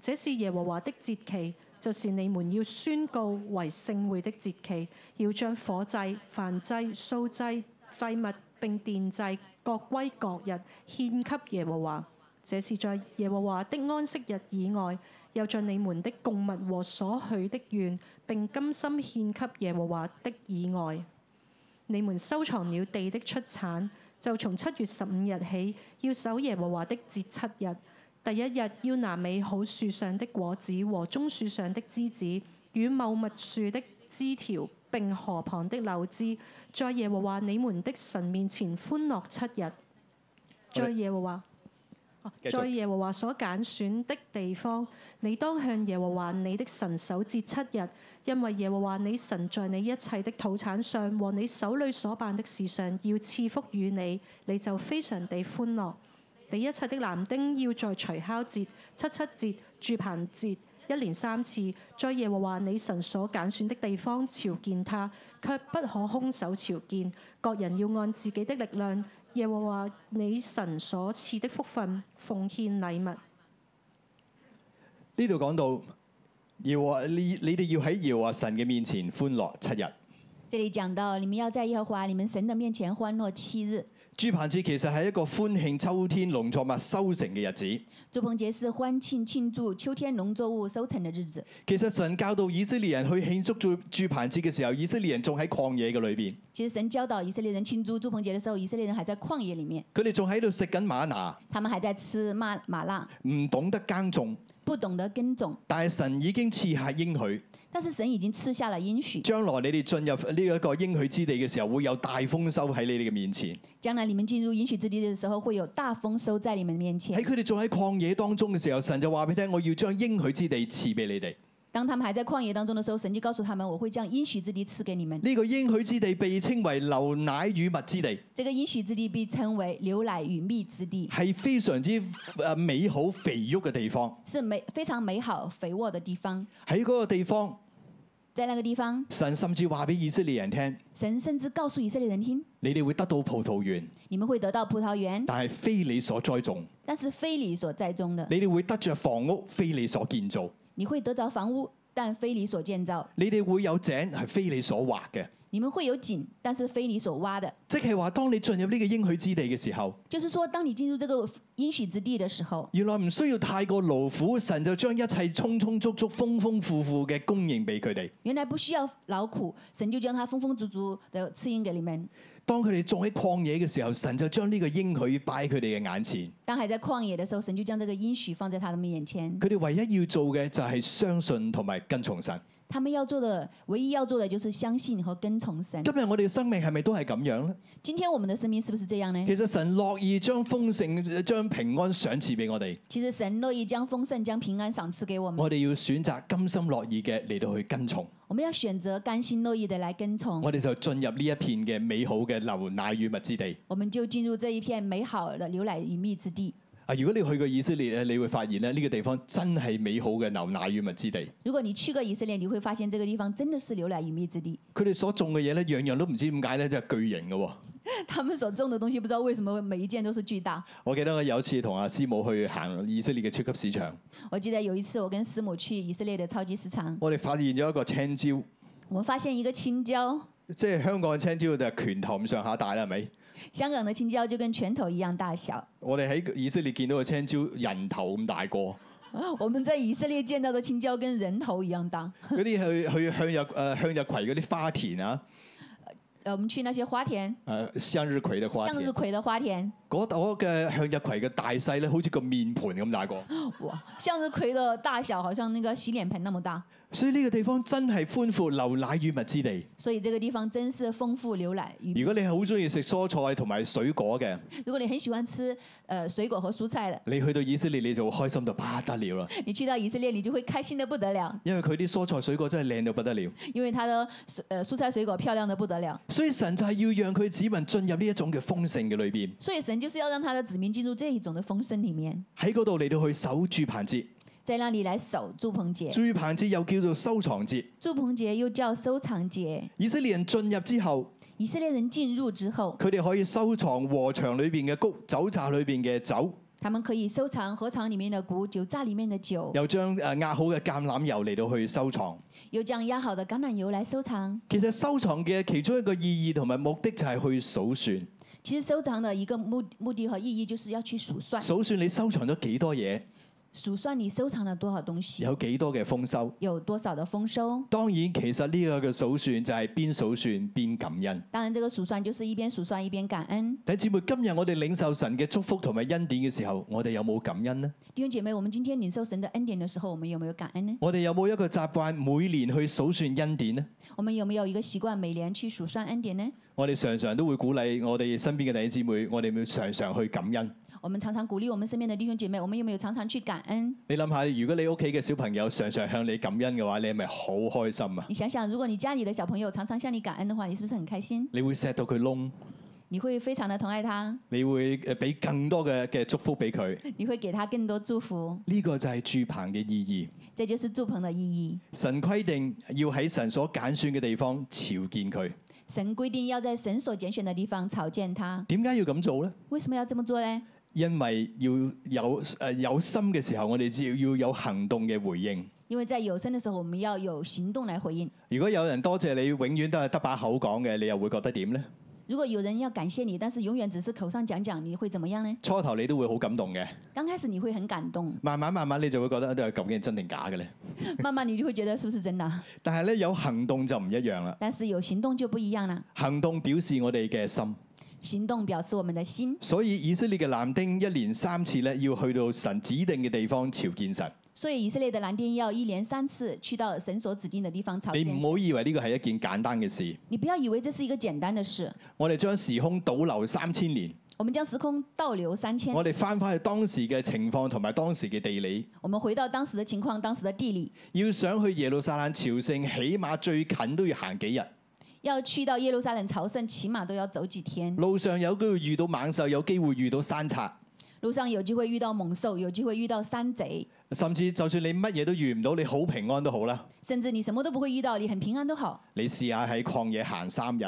Speaker 3: 這是耶和華的節期，就是你們要宣告為聖會的節期，要將火祭、燔祭、素祭、祭物並奠祭各歸各日，獻給耶和華。這是在耶和華的安息日以外，又在你們的供物和所許的願並甘心獻給耶和華的以外。你們收藏了地的出產，就從七月十五日起，要守耶和華的節七日。第一日要拿美好樹上的果子和棕樹上的枝子，與茂密樹的枝條並河旁的柳枝，在耶和華你們的神面前歡樂七日。在耶和華，哦
Speaker 1: 繼續
Speaker 3: 在耶和華所揀選的地方，你當向耶和華你的神守節七日，因為耶和華你神在你一切的土產上和你手裏所辦的事上要賜福與你，你就非常地歡樂。你一切的男丁要在除酵節、七七節、住棚節、一連三次，在耶和華你神所揀選的地方朝見他，卻不可空手朝見。各人要按自己的力量，耶和華你神所賜的福分奉獻禮物。
Speaker 1: 呢度講到耶和華你你哋要喺耶和華神嘅面前歡樂七日。
Speaker 2: 这里讲到，你们要在耶和华你们神的面前欢乐七日。
Speaker 1: 住棚節其實係一個歡慶秋天農作物收成嘅日子。
Speaker 2: 祝棚节是欢庆庆祝秋天农作物收成的日子。
Speaker 1: 其實神教導以色列人去慶祝住住棚節嘅時候，以色列人仲喺曠野嘅裏邊，
Speaker 2: 其实神教导以色列人庆祝祝棚节的时候，以色列人还在旷野里面，
Speaker 1: 佢哋仲喺度食緊馬拿，
Speaker 2: 他们还在吃麻麻辣，
Speaker 1: 唔懂得耕種，
Speaker 2: 不懂得耕种。
Speaker 1: 但係神已經賜下應許，
Speaker 2: 但是神已经赐下了应许，
Speaker 1: 將來你哋進入呢一個應許之地嘅時候，會有大豐收喺你哋嘅面前。
Speaker 2: 将来你们进入应许之地的时候，会有大丰收在你们面
Speaker 1: 喺
Speaker 2: 前。
Speaker 1: 佢哋仲喺曠野當中嘅時候，神就話俾你聽：我要將應許之地賜俾你哋。
Speaker 2: 当他们还在旷野当中的时候，神就告诉他们：“我会将应许之地赐给你们。
Speaker 1: 呢、個應許之地被稱為流奶與蜜之地，
Speaker 2: 这个应许之地被称为牛奶与蜜之地，
Speaker 1: 係非常之誒美好肥沃嘅地方。
Speaker 2: 是美非常美好肥沃的地方。
Speaker 1: 喺嗰個地方，
Speaker 2: 在那个地方，
Speaker 1: 神甚至話俾以色列人聽：
Speaker 2: 神甚至告诉以色列人听：
Speaker 1: 你哋會得到葡萄園，
Speaker 2: 你们会得到葡萄园，
Speaker 1: 但係非你所栽種；
Speaker 2: 但是非你所栽种的；
Speaker 1: 你哋會得着房屋，非你所建造；
Speaker 2: 你会得着房屋，但非你所建造；
Speaker 1: 你哋會有井，係非你所挖嘅。
Speaker 2: 你们會有井，但是非你所挖的。
Speaker 1: 即係話，當你進入呢個應許之地嘅時候，
Speaker 2: 就是说，当你進入这個應許之地的時候，
Speaker 1: 原來唔需要太過勞苦，神就將一切充充足足、豐豐富富嘅供應俾佢哋。
Speaker 2: 原來不需要勞苦，神就將它豐豐足足的赐應給你们。
Speaker 1: 當佢哋仲喺曠野嘅時候，神就將呢個應許擺喺佢哋嘅眼前。
Speaker 2: 當還在曠野的時候，神就將這個應許放在他們眼前。
Speaker 1: 佢哋唯一要做嘅就係相信同埋跟從神。
Speaker 2: 他們要做的，唯一要做的就是相信和跟從神。
Speaker 1: 今日我哋嘅生命係咪都係咁樣呢？
Speaker 2: 今天我們的生命是不是這樣呢？
Speaker 1: 其實神樂意將豐盛、將平安賞賜俾我哋，
Speaker 2: 其實神樂意將豐盛、將平安賞賜給我們。
Speaker 1: 我哋要選擇甘心樂意嘅嚟到去跟從，
Speaker 2: 我們要選擇甘心樂意的來跟從，
Speaker 1: 我哋就進入呢一片嘅美好嘅流奶與蜜之地。
Speaker 2: 我們就進入這一片美好的牛奶與蜜之地。
Speaker 1: 啊！如果你去過以色列咧，你會發現咧呢個地方真係美好嘅流奶與蜜之地。
Speaker 2: 如果你去過以色列，你會發現這個地方真的是牛奶與蜜之地。
Speaker 1: 佢哋所種嘅嘢咧，樣樣都唔知點解咧，真係巨型嘅喎。
Speaker 2: 他們所種的東西，不知道為什麼每一件都是巨大。
Speaker 1: 我記得我有一次同阿師母去行以色列嘅超級市場，
Speaker 2: 我記得有一次，我跟師母去以色列的超級市場，
Speaker 1: 我哋發現咗一個青椒，
Speaker 2: 我們發現一個青椒，
Speaker 1: 即係香港嘅青椒就係拳頭咁上下大啦，係咪？
Speaker 2: 香港的青椒就跟拳頭一樣大小。
Speaker 1: 我哋喺以色列見到嘅青椒人頭咁大個，嗰
Speaker 2: 我們在以色列見到的青椒跟人頭一樣大。
Speaker 1: 啲去去向日誒、呃向日葵嗰啲花田啊，
Speaker 2: 呃，我們去那些花田，
Speaker 1: 誒、向日葵嘅花
Speaker 2: 向日
Speaker 1: 田，
Speaker 2: 葵的花田，
Speaker 1: 嗰朵嘅向日葵嘅大細咧，好似個面盤咁大個。
Speaker 2: 哇，向日葵的大小好像那個洗臉盆那麼大。
Speaker 1: 所以呢個地方真係寬闊流奶與蜜之地。
Speaker 2: 所以這個地方真是豐富牛奶與蜜。
Speaker 1: 如果你係好中意食蔬菜同埋水果嘅，
Speaker 2: 如果你很喜歡吃呃水果和蔬菜的，
Speaker 1: 你去到以色列你就開心到不得了啦，
Speaker 2: 你去到以色列你就會開心得不得了，
Speaker 1: 因為佢啲蔬菜水果真係靚到不得了。
Speaker 2: 因為它的呃蔬菜水果漂亮得不得了。
Speaker 1: 所以神就係要讓佢子民進入呢一種嘅豐盛嘅裏邊，
Speaker 2: 所以神就是要讓他的子民进入这一种的丰盛里面，
Speaker 1: 喺嗰度嚟到去守住棚節。
Speaker 2: 在那里来守祝棚节。
Speaker 1: 住棚節又叫做收藏節。
Speaker 2: 祝棚节又叫收藏节。
Speaker 1: 以色列人進入之後，
Speaker 2: 以色列人进入之后，
Speaker 1: 佢哋可以收藏禾場裏邊嘅谷、酒榨裏邊嘅酒，
Speaker 2: 他们可以收藏禾场里面的谷、酒榨里面的酒，
Speaker 1: 又將誒壓好嘅橄欖油嚟到去收藏。
Speaker 2: 又将压好的橄欖油来收藏。
Speaker 1: 其實收藏嘅其中一個意義同埋目的就係去數算，
Speaker 2: 其实收藏的一个目目的和意义就是要去数算，
Speaker 1: 數算你收藏咗幾多嘢，
Speaker 2: 数算你收藏了多少东西，
Speaker 1: 有幾多嘅豐收。
Speaker 2: 有多少的丰收。
Speaker 1: 當然，其實呢個嘅數算就係邊數算邊感恩。
Speaker 2: 当然，这个数算就是一边数算一边感恩。
Speaker 1: 弟兄姊妹，今日我哋領受神嘅祝福同埋恩典嘅時候，我哋有冇感恩呢？
Speaker 2: 弟兄姐妹，我们今天领受神的恩典的时候，我们有没有感恩呢？
Speaker 1: 我哋有冇一個習慣每年去數算恩典呢？
Speaker 2: 我们有没有一个习惯每年去数算恩典呢？
Speaker 1: 我哋常常都會鼓勵我哋身邊嘅弟兄姊妹，我哋要常常去感恩。
Speaker 2: 我们常常鼓励我们身边的弟兄姐妹，我们有没有常常去感恩？
Speaker 1: 你諗下，如果你屋企嘅小朋友常常向你感恩嘅話，你係咪好開心啊？
Speaker 2: 你想想，如果你家里的小朋友常常向你感恩的话，你是不是很开心？
Speaker 1: 你會錫到佢窿，
Speaker 2: 你你会非常的疼爱他，
Speaker 1: 你會誒俾更多嘅嘅祝福俾佢。
Speaker 2: 你会给他更多祝福。
Speaker 1: 呢、個就係住棚嘅意義。
Speaker 2: 这就是祝棚的意义。
Speaker 1: 神規定要喺神所揀選嘅地方朝見佢。
Speaker 2: 神规定要在神所拣选的地方朝见他，
Speaker 1: 點解要咁做呢？
Speaker 2: 为什么要这么做呢？
Speaker 1: 因為要有誒、呃有心嘅時候，我哋只要要有行動嘅回應。
Speaker 2: 因为在有生的时候，我们要有行動來回應。
Speaker 1: 如果有人多謝你，永遠都係得把口講嘅，你又會覺得點呢？
Speaker 2: 如果有人要感謝你，但是永遠只是口上講講，你會怎麼樣呢？
Speaker 1: 初頭你都會好感動嘅，，
Speaker 2: 剛開始你會很感動
Speaker 1: 慢慢慢慢你就會覺得都係究竟係真定假嘅咧。
Speaker 2: 慢慢你就會覺得是不是真的？啊
Speaker 1: 但係咧有行動就唔一樣啦，
Speaker 2: 但是有行動就不一樣了，
Speaker 1: 行動表示我哋嘅心。
Speaker 2: 行動表示我們的心。
Speaker 1: 所以以色列嘅男丁一連三次咧，要去到神指定嘅地方朝見神。
Speaker 2: 所以以色列的男丁要一連三次去到神所指定的地方朝
Speaker 1: 哎你唔
Speaker 2: 見。
Speaker 1: 好以為呢個係一件簡單嘅事。
Speaker 2: 你不要以為這是一個簡單的事，
Speaker 1: 我哋將時空倒流三千年，
Speaker 2: 我們將時空倒流三千，
Speaker 1: 我哋翻返去當時嘅情況同埋當時嘅地理，
Speaker 2: 我們回到當時的情況、當時的地理，
Speaker 1: 要想去耶路撒冷朝聖，起碼最近都要行幾日。
Speaker 2: 要去到耶路撒冷朝聖，起碼都要走幾天。
Speaker 1: 路上有機會遇到猛獸，有機會遇到山賊，
Speaker 2: 路上有機會遇到猛獸，有機會遇到山賊，
Speaker 1: 甚至就算你乜嘢都遇唔到，你好平安都好啦。
Speaker 2: 甚至你什麼都不會遇到，你很平安都好。
Speaker 1: 你試下喺曠野行三日，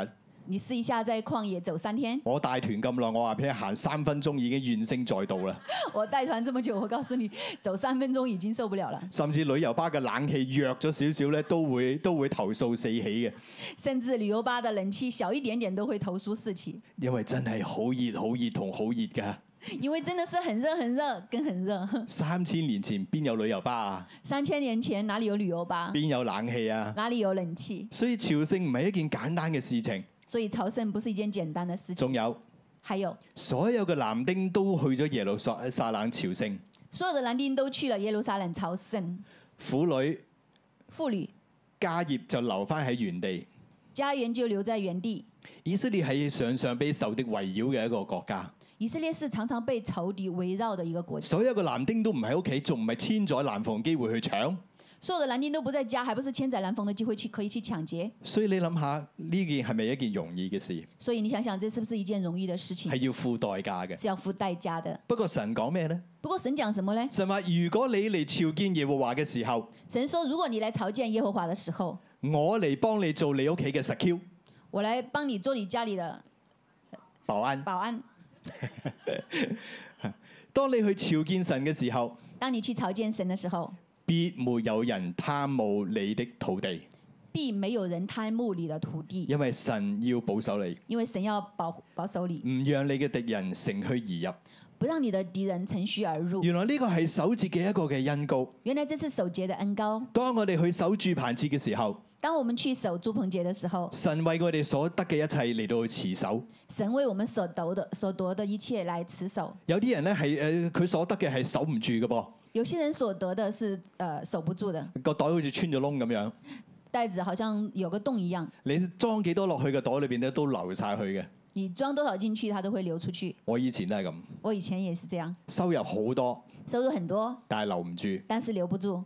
Speaker 2: 你試一下在曠野走三天，
Speaker 1: 我帶團咁耐，我話俾你行三分鐘已經怨聲載道啦。
Speaker 2: 我帶團這麼久，我告訴你，走三分鐘已經受不了了，
Speaker 1: 甚至旅遊巴嘅冷氣弱咗少少咧，都會都會投訴四起嘅，
Speaker 2: 甚至旅游巴的冷氣小一點點都會投訴四起，
Speaker 1: 因為真係好熱、好熱同好熱㗎。
Speaker 2: 因為真的是很熱、很熱跟很熱。
Speaker 1: 三千年前邊有旅遊巴啊？
Speaker 2: 三千年前哪裡有旅 游巴，
Speaker 1: 邊有冷氣啊？
Speaker 2: 哪裡有冷氣，
Speaker 1: 所以朝聖唔係一件簡單嘅事情。
Speaker 2: 所以朝聖不是一件簡單 的事情。
Speaker 1: 仲有
Speaker 2: 還有，
Speaker 1: 所有嘅男丁都去咗耶路撒撒冷朝聖，
Speaker 2: 所有的男丁都去了耶路撒冷朝聖，
Speaker 1: 婦女
Speaker 2: 婦女
Speaker 1: 家業就留翻喺原地。
Speaker 2: 家園就留在原地。
Speaker 1: 以色列係常常被仇敵圍繞嘅一個國家，
Speaker 2: 以色列是常常被仇敵圍繞的一個國家，
Speaker 1: 所有嘅男丁都唔喺屋企，仲唔係千載難逢機會去搶？
Speaker 2: 所有的男丁都不在家，還不是千載難逢的機會去可以去搶劫。
Speaker 1: 所以你諗下，呢件係咪一件容易嘅事？
Speaker 2: 所以你想想，這是不是一件容易的 事情
Speaker 1: 係？要付代價嘅。
Speaker 2: 是要付代價的。
Speaker 1: 不過神講咩呢？
Speaker 2: 不過神講什麼呢？
Speaker 1: 神話如果你嚟朝見耶和華嘅時候，
Speaker 2: 神說，如果你來朝見耶和華的時候，
Speaker 1: 我嚟幫你做你屋企嘅 secure
Speaker 2: 我來幫你做你家裡的
Speaker 1: 保安。
Speaker 2: 保安。
Speaker 1: 當你去朝見神嘅時候，
Speaker 2: 當你去朝見神的時候，
Speaker 1: 必沒有人貪慕你的土地，
Speaker 2: 必沒有人貪慕你的土地，
Speaker 1: 因為神要保守你，
Speaker 2: 因為神要保保守你，
Speaker 1: 唔讓你嘅敵人乘虛而入。
Speaker 2: 不讓你的敵人乘虛而入。
Speaker 1: 原來呢個係守節嘅一個嘅恩告。
Speaker 2: 原來這是守節的恩高。
Speaker 1: 當我哋去守住棚節嘅時候，
Speaker 2: 當我們去守朱棚節的時候，
Speaker 1: 神為我哋所得嘅一切嚟到去持守。
Speaker 2: 神為我們所得的所奪的一切來持守。
Speaker 1: 有啲人呢係誒佢所得嘅係守唔住嘅噃，
Speaker 2: 有些人所得的是呃守不住的，
Speaker 1: 個袋好似穿咗窿咁樣。
Speaker 2: 袋子好像有個洞一樣，
Speaker 1: 你裝幾多落去個袋裏邊咧，都流晒去嘅。
Speaker 2: 你裝多少進去，它都會流出去。
Speaker 1: 我以前都係咁，
Speaker 2: 我以前也是這樣，
Speaker 1: 收入好多，
Speaker 2: 收入很多，
Speaker 1: 但係留唔住。
Speaker 2: 但是留不住。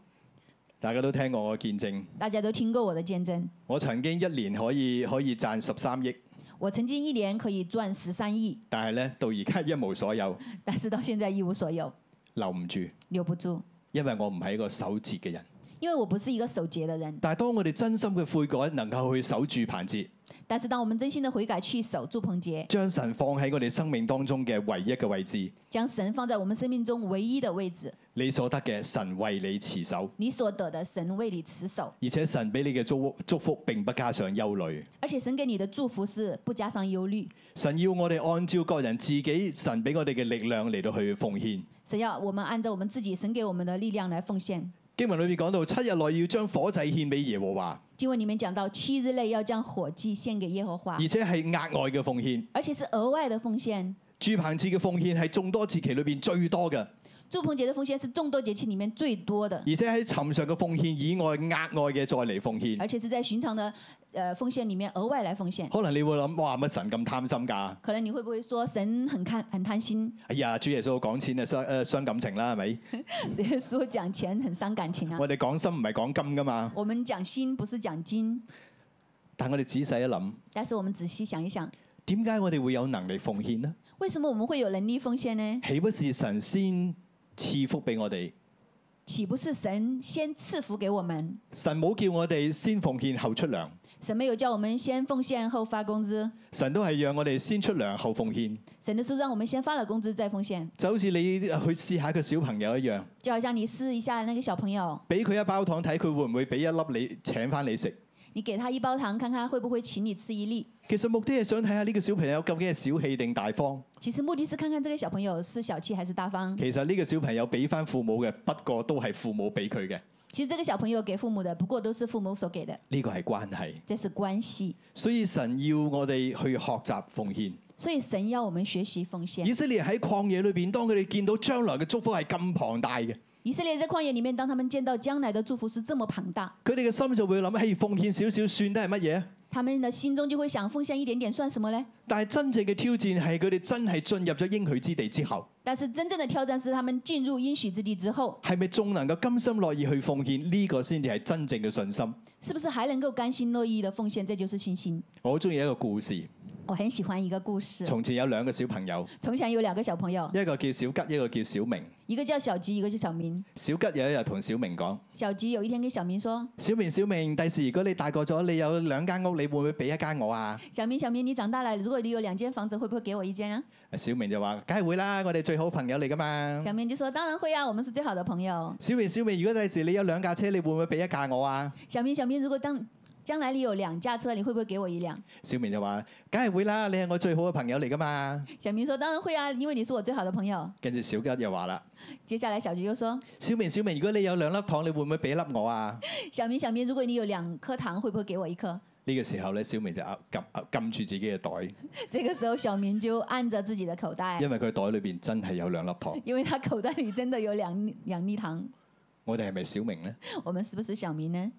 Speaker 1: 大家都聽過我嘅見證，
Speaker 2: 大家都聽過我的見證，
Speaker 1: 我曾經一年可以可以賺十三億，
Speaker 2: 我曾經一年可以賺十三億，
Speaker 1: 但係咧到而家一無所有，
Speaker 2: 但是到現在一無所有，
Speaker 1: 留唔住，
Speaker 2: 留不住，
Speaker 1: 因為我唔係一個守節嘅人。
Speaker 2: 因為我不是一個守節的人。
Speaker 1: 但係當我哋真心嘅悔改，能夠去守住棚節，
Speaker 2: 但是當我們真心的悔改去守住棚節，
Speaker 1: 將神放喺我哋生命當中嘅唯一嘅位置，
Speaker 2: 將神放在我們生命中唯一的位置，
Speaker 1: 你所得嘅神為你持守，
Speaker 2: 你所得的神為你持守，
Speaker 1: 而且神俾你嘅祝福祝福並不加上憂慮。
Speaker 2: 而且神給你的祝福是不加上憂慮。
Speaker 1: 神要我哋按照個人自己神俾我哋嘅力量嚟到去奉獻。
Speaker 2: 神要我們按照我們自己神給我們的力量來奉獻。
Speaker 1: 經文裏面講到七日內要將火祭獻俾耶和華，
Speaker 2: 經文裡面講到，七日內要將火祭獻給耶和華，
Speaker 1: 而且係額外嘅奉獻。
Speaker 2: 而且是額外的奉獻。
Speaker 1: 住棚節嘅奉獻係眾多節期裏邊最多嘅，
Speaker 2: 祝棚節的奉獻是眾多節氣裡面最多的，
Speaker 1: 而且喺尋常嘅奉獻以外，額外嘅再嚟奉獻。
Speaker 2: 而且是在尋常的呃奉獻裡面額外來奉獻。
Speaker 1: 可能你會諗：哇，乜神咁貪心㗎？
Speaker 2: 可能你會不會說神很看很貪心，
Speaker 1: 哎呀，主耶穌講錢啊，傷誒傷感情啦，係咪？
Speaker 2: 只是說講錢很傷感情啊？
Speaker 1: 我哋講心唔係講金㗎嘛。
Speaker 2: 我們講心不是講金，
Speaker 1: 但我哋仔細一諗，
Speaker 2: 但是我們仔細想一想，
Speaker 1: 點解我哋會有能力奉獻呢？
Speaker 2: 为什么我们会有能力奉献呢？
Speaker 1: 岂不是神先賜福俾我哋？
Speaker 2: 岂不是神先赐福给我们？
Speaker 1: 神冇叫我哋先奉獻後出糧，
Speaker 2: 神没有叫我们先奉献后发工资，
Speaker 1: 神都係讓我哋先出糧後奉獻。
Speaker 2: 神的是让我们先发了工资再奉献，
Speaker 1: 就好似你去試下個小朋友一樣，
Speaker 2: 就好像你试一下那个小朋友，
Speaker 1: 俾佢一包糖睇佢會唔會俾一粒你請翻你食。
Speaker 2: 你给他一包糖，看看会不会请你吃一粒。
Speaker 1: 其實目的係想睇下呢個小朋友究竟係小氣定大方。
Speaker 2: 其实目的是看看这个小朋友是小气还是大方。
Speaker 1: 其實呢個小朋友俾翻父母嘅，不過都係父母俾佢嘅，
Speaker 2: 其实这个小朋友给父母的，不过都是父母所给的，
Speaker 1: 呢個係關係。
Speaker 2: 这是关系。
Speaker 1: 所以神要我哋去學習奉獻。
Speaker 2: 所以神要我们学习奉
Speaker 1: 以
Speaker 2: 献。
Speaker 1: 色列喺曠野裏邊，當佢哋見到將來嘅祝福係咁龐大嘅，
Speaker 2: 以色列在旷野里面，当他们见到將來的祝福是這麼龐大，
Speaker 1: 佢哋嘅心就會諗：，嘿，奉獻少少算得係乜嘢？
Speaker 2: 他们的心中就会想，奉献一點點算什麼呢？
Speaker 1: 但係真正嘅挑戰係佢哋真係進入咗應許之地之後，
Speaker 2: 但是真正的挑戰是，他們進入應許之地之後，
Speaker 1: 係咪仲能夠甘心樂意去奉獻？呢、個先至係真正嘅信心。
Speaker 2: 是不是還能夠甘心樂意的奉獻？這就是信心。
Speaker 1: 我好中意一個故事。
Speaker 2: 我很喜歡一個故事，
Speaker 1: 從前有兩個小朋友，
Speaker 2: 從前有兩個小朋友，
Speaker 1: 一個叫小吉，一個叫小明。
Speaker 2: 一個叫小吉，一個叫小明。
Speaker 1: 小吉有一日同小明講：，
Speaker 2: 小吉有一天跟小明說
Speaker 1: 小明，小明，第時如果你大個咗，你有兩間屋，你會唔會俾一間我啊？：“
Speaker 2: 小明，小明，你長大了，如果你有兩間房子，會不會給我一間啊
Speaker 1: 小明就話：，梗係會啦，我哋最好朋友嚟噶？”嘛。
Speaker 2: 小明就說：“當然會啊，我們是最好的朋友。
Speaker 1: 小明，小明，如果第時你有兩架車，你會唔會俾一架我啊？”
Speaker 2: 小明，小明，如果當將來你有兩架車，你會不會給我一輛？
Speaker 1: 小明就話：，梗係會啦，你係我最好嘅朋友嚟噶嘛。
Speaker 2: 小明說：“當然會啊，因為你是我最好的朋友。
Speaker 1: 跟住小吉又話啦：，”
Speaker 2: 接下來小吉又說：“
Speaker 1: 小明，小明，如果你有兩粒糖，你會唔會俾粒我啊？
Speaker 2: 小明，小明，如果你有兩顆糖，會不會給我一顆？
Speaker 1: 呢、個時候咧，小明就啊撳啊撳住自己嘅袋，
Speaker 2: 這個時候，小明就按着自己的口袋
Speaker 1: 因，為佢袋裏邊真係有兩粒糖。
Speaker 2: 因為他口袋裡真的有兩兩粒糖。
Speaker 1: 我哋係咪小明呢？
Speaker 2: 我們是不是小明呢？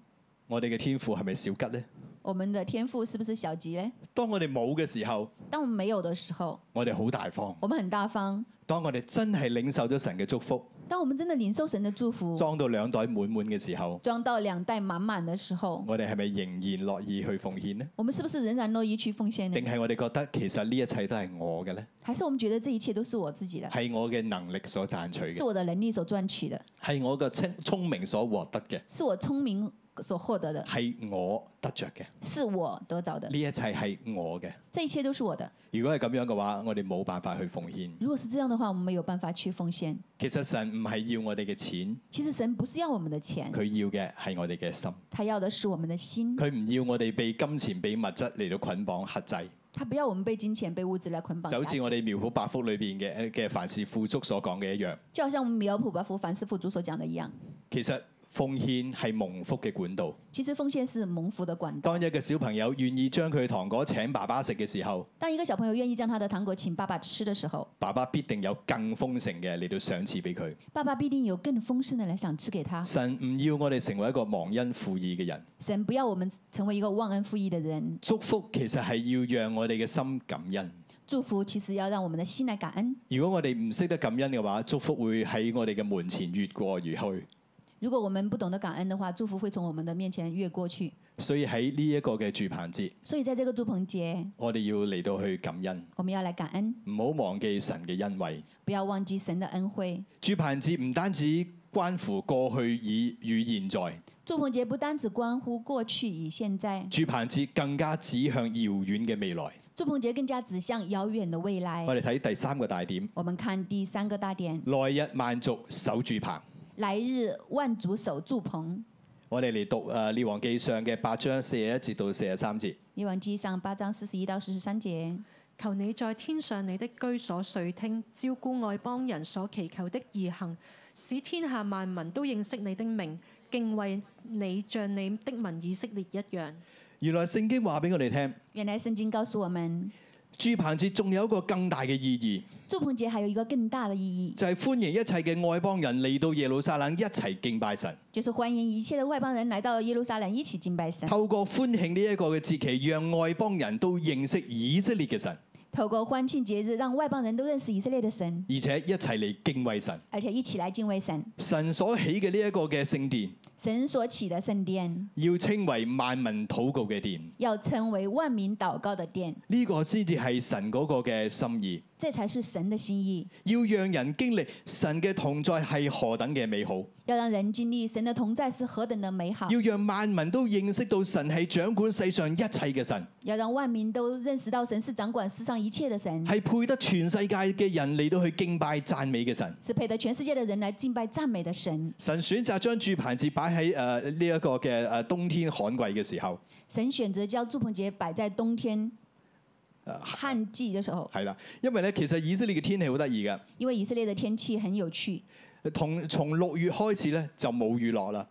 Speaker 1: 我哋嘅天賦係咪小吉呢？
Speaker 2: 我們的天賦是不是小吉呢？
Speaker 1: 當我哋冇嘅時候，
Speaker 2: 當我們沒有的時候，
Speaker 1: 我哋好大方；
Speaker 2: 我們很大方；
Speaker 1: 當我哋真係領受咗神嘅祝福，
Speaker 2: 當我們真的領受神的祝福，
Speaker 1: 裝到兩袋滿滿嘅時候，
Speaker 2: 裝到兩袋滿滿的時候，
Speaker 1: 我哋係咪仍然樂意去奉獻呢？
Speaker 2: 我們是不是仍然樂意去奉獻
Speaker 1: 定
Speaker 2: 呢？
Speaker 1: 係我哋覺得其實呢一切都係我嘅呢？
Speaker 2: 還是我們覺得這一切都是我自己的，
Speaker 1: 係我嘅能力所賺取
Speaker 2: 是
Speaker 1: 嘅，
Speaker 2: 我的能力所賺取的，
Speaker 1: 係我嘅清聰明所獲得嘅，
Speaker 2: 是我聰明所獲得的，
Speaker 1: 係我得着嘅，
Speaker 2: 是我得着的，
Speaker 1: 呢一切係我嘅。
Speaker 2: 這一切都是我的。
Speaker 1: 如果係咁樣嘅話，我哋冇辦法去奉獻。
Speaker 2: 如果是这样的话，我们没有办法去奉献。
Speaker 1: 其實神唔係要我哋嘅錢，
Speaker 2: 其实神不是要我们的钱，
Speaker 1: 佢要嘅係我哋嘅心。
Speaker 2: 他要的是我们的心。
Speaker 1: 佢唔要我哋被金錢、被物質嚟到捆綁克制。
Speaker 2: 他不要我们被金錢、被物质来捆绑
Speaker 1: 就好
Speaker 2: 架
Speaker 1: 似，我哋苗圃百福裏邊嘅呃嘅凡事富足所講嘅一樣，
Speaker 2: 就好像我们苗圃把福凡是富足所讲的一样。
Speaker 1: 其實奉獻係蒙福嘅管道。
Speaker 2: 其实奉献是蒙福的管道。
Speaker 1: 當一個小朋友願意將佢嘅糖果請爸爸食嘅時候，
Speaker 2: 当一个小朋友愿意将他的糖果请爸爸吃的时候，
Speaker 1: 爸爸必定有更豐盛嘅嚟到賞賜俾佢。
Speaker 2: 爸爸必定有更豐盛的来想吃给他。
Speaker 1: 神唔要我哋成為一個忘恩負義嘅人，
Speaker 2: 神不要我们成为一个忘恩负義的人。
Speaker 1: 祝福其實係要讓我哋嘅心感恩。
Speaker 2: 祝福其實要让我们的心来感恩。
Speaker 1: 如果我哋唔識得感恩嘅話，祝福會喺我哋嘅門前越過而去。
Speaker 2: 如果我们不懂得感恩的话，祝福会从我们的面前越過去。
Speaker 1: 所以喺呢一個嘅住棚節，
Speaker 2: 所以在这个祝棚节，
Speaker 1: 我哋要嚟到去感恩，
Speaker 2: 我们要来感恩，
Speaker 1: 唔好忘記神嘅恩惠。
Speaker 2: 不要忘記神的恩惠。
Speaker 1: 住棚節唔單止關乎過去以與現在，
Speaker 2: 祝棚节不单只关乎過去与現在，
Speaker 1: 住棚節更加指向遙遠嘅未來。
Speaker 2: 祝棚节更加指向遙遠的未來
Speaker 1: 我。哋呃睇第三個大點，
Speaker 2: 我們看第三個大點：
Speaker 1: 來日萬族守住棚。
Speaker 2: 來日萬族守住棚。
Speaker 1: 我哋嚟讀誒《列王記上》嘅八章四十一節到四十三節。
Speaker 2: 列王記上八章四十一到四十三節。
Speaker 3: 求你在天上你的居所垂聽，照顧外邦人所祈求的義行，使天下萬民都認識你的名，敬畏你，像你的民以色列一樣。
Speaker 1: 原來聖經話俾我哋聽，
Speaker 2: 原來聖經告訴我們，
Speaker 1: 住棚節仲有一個更大嘅意義。
Speaker 2: 祝棚节還有一個更大的意義，
Speaker 1: 就係歡迎一切嘅外邦人嚟到耶路撒冷一齊敬拜神，
Speaker 2: 就是歡迎一切的外邦人來到耶路撒冷一起敬拜神。
Speaker 1: 透過歡慶呢一個嘅節期，讓外邦人都認識以色列嘅神，
Speaker 2: 透過歡慶節日，讓外邦人都認識以色列的神，
Speaker 1: 而且一齊嚟敬畏神。
Speaker 2: 而且一起來敬畏神。
Speaker 1: 神所起嘅呢一個嘅聖殿，
Speaker 2: 神所起的圣殿，
Speaker 1: 要稱為萬民禱告嘅殿。
Speaker 2: 要成为万民祷告的殿，
Speaker 1: 呢、個先至係神嗰個嘅心意，
Speaker 2: 这才是神的心意。
Speaker 1: 要讓人經歷神嘅同在係何等嘅美好，
Speaker 2: 要让人经历神的同在是何等的美好，
Speaker 1: 要讓萬民都認識到神係掌管世上一切嘅神，
Speaker 2: 要让万民都认识到神是掌管世上一切的神，
Speaker 1: 係配得全世界嘅人嚟到去敬拜讚美嘅神。
Speaker 2: 是配得全世界的人来敬拜赞美的神。
Speaker 1: 神選擇將住棚節擺喺誒呢一個嘅誒冬天旱季嘅時候，
Speaker 2: 神选择将祝棚节摆在冬天
Speaker 1: 誒
Speaker 2: 旱季的时候，
Speaker 1: 係啦，因為咧其實以色列嘅天氣好得意嘅，
Speaker 2: 因为以色列的天气很有趣，
Speaker 1: 同從六月開始咧就冇雨落啦，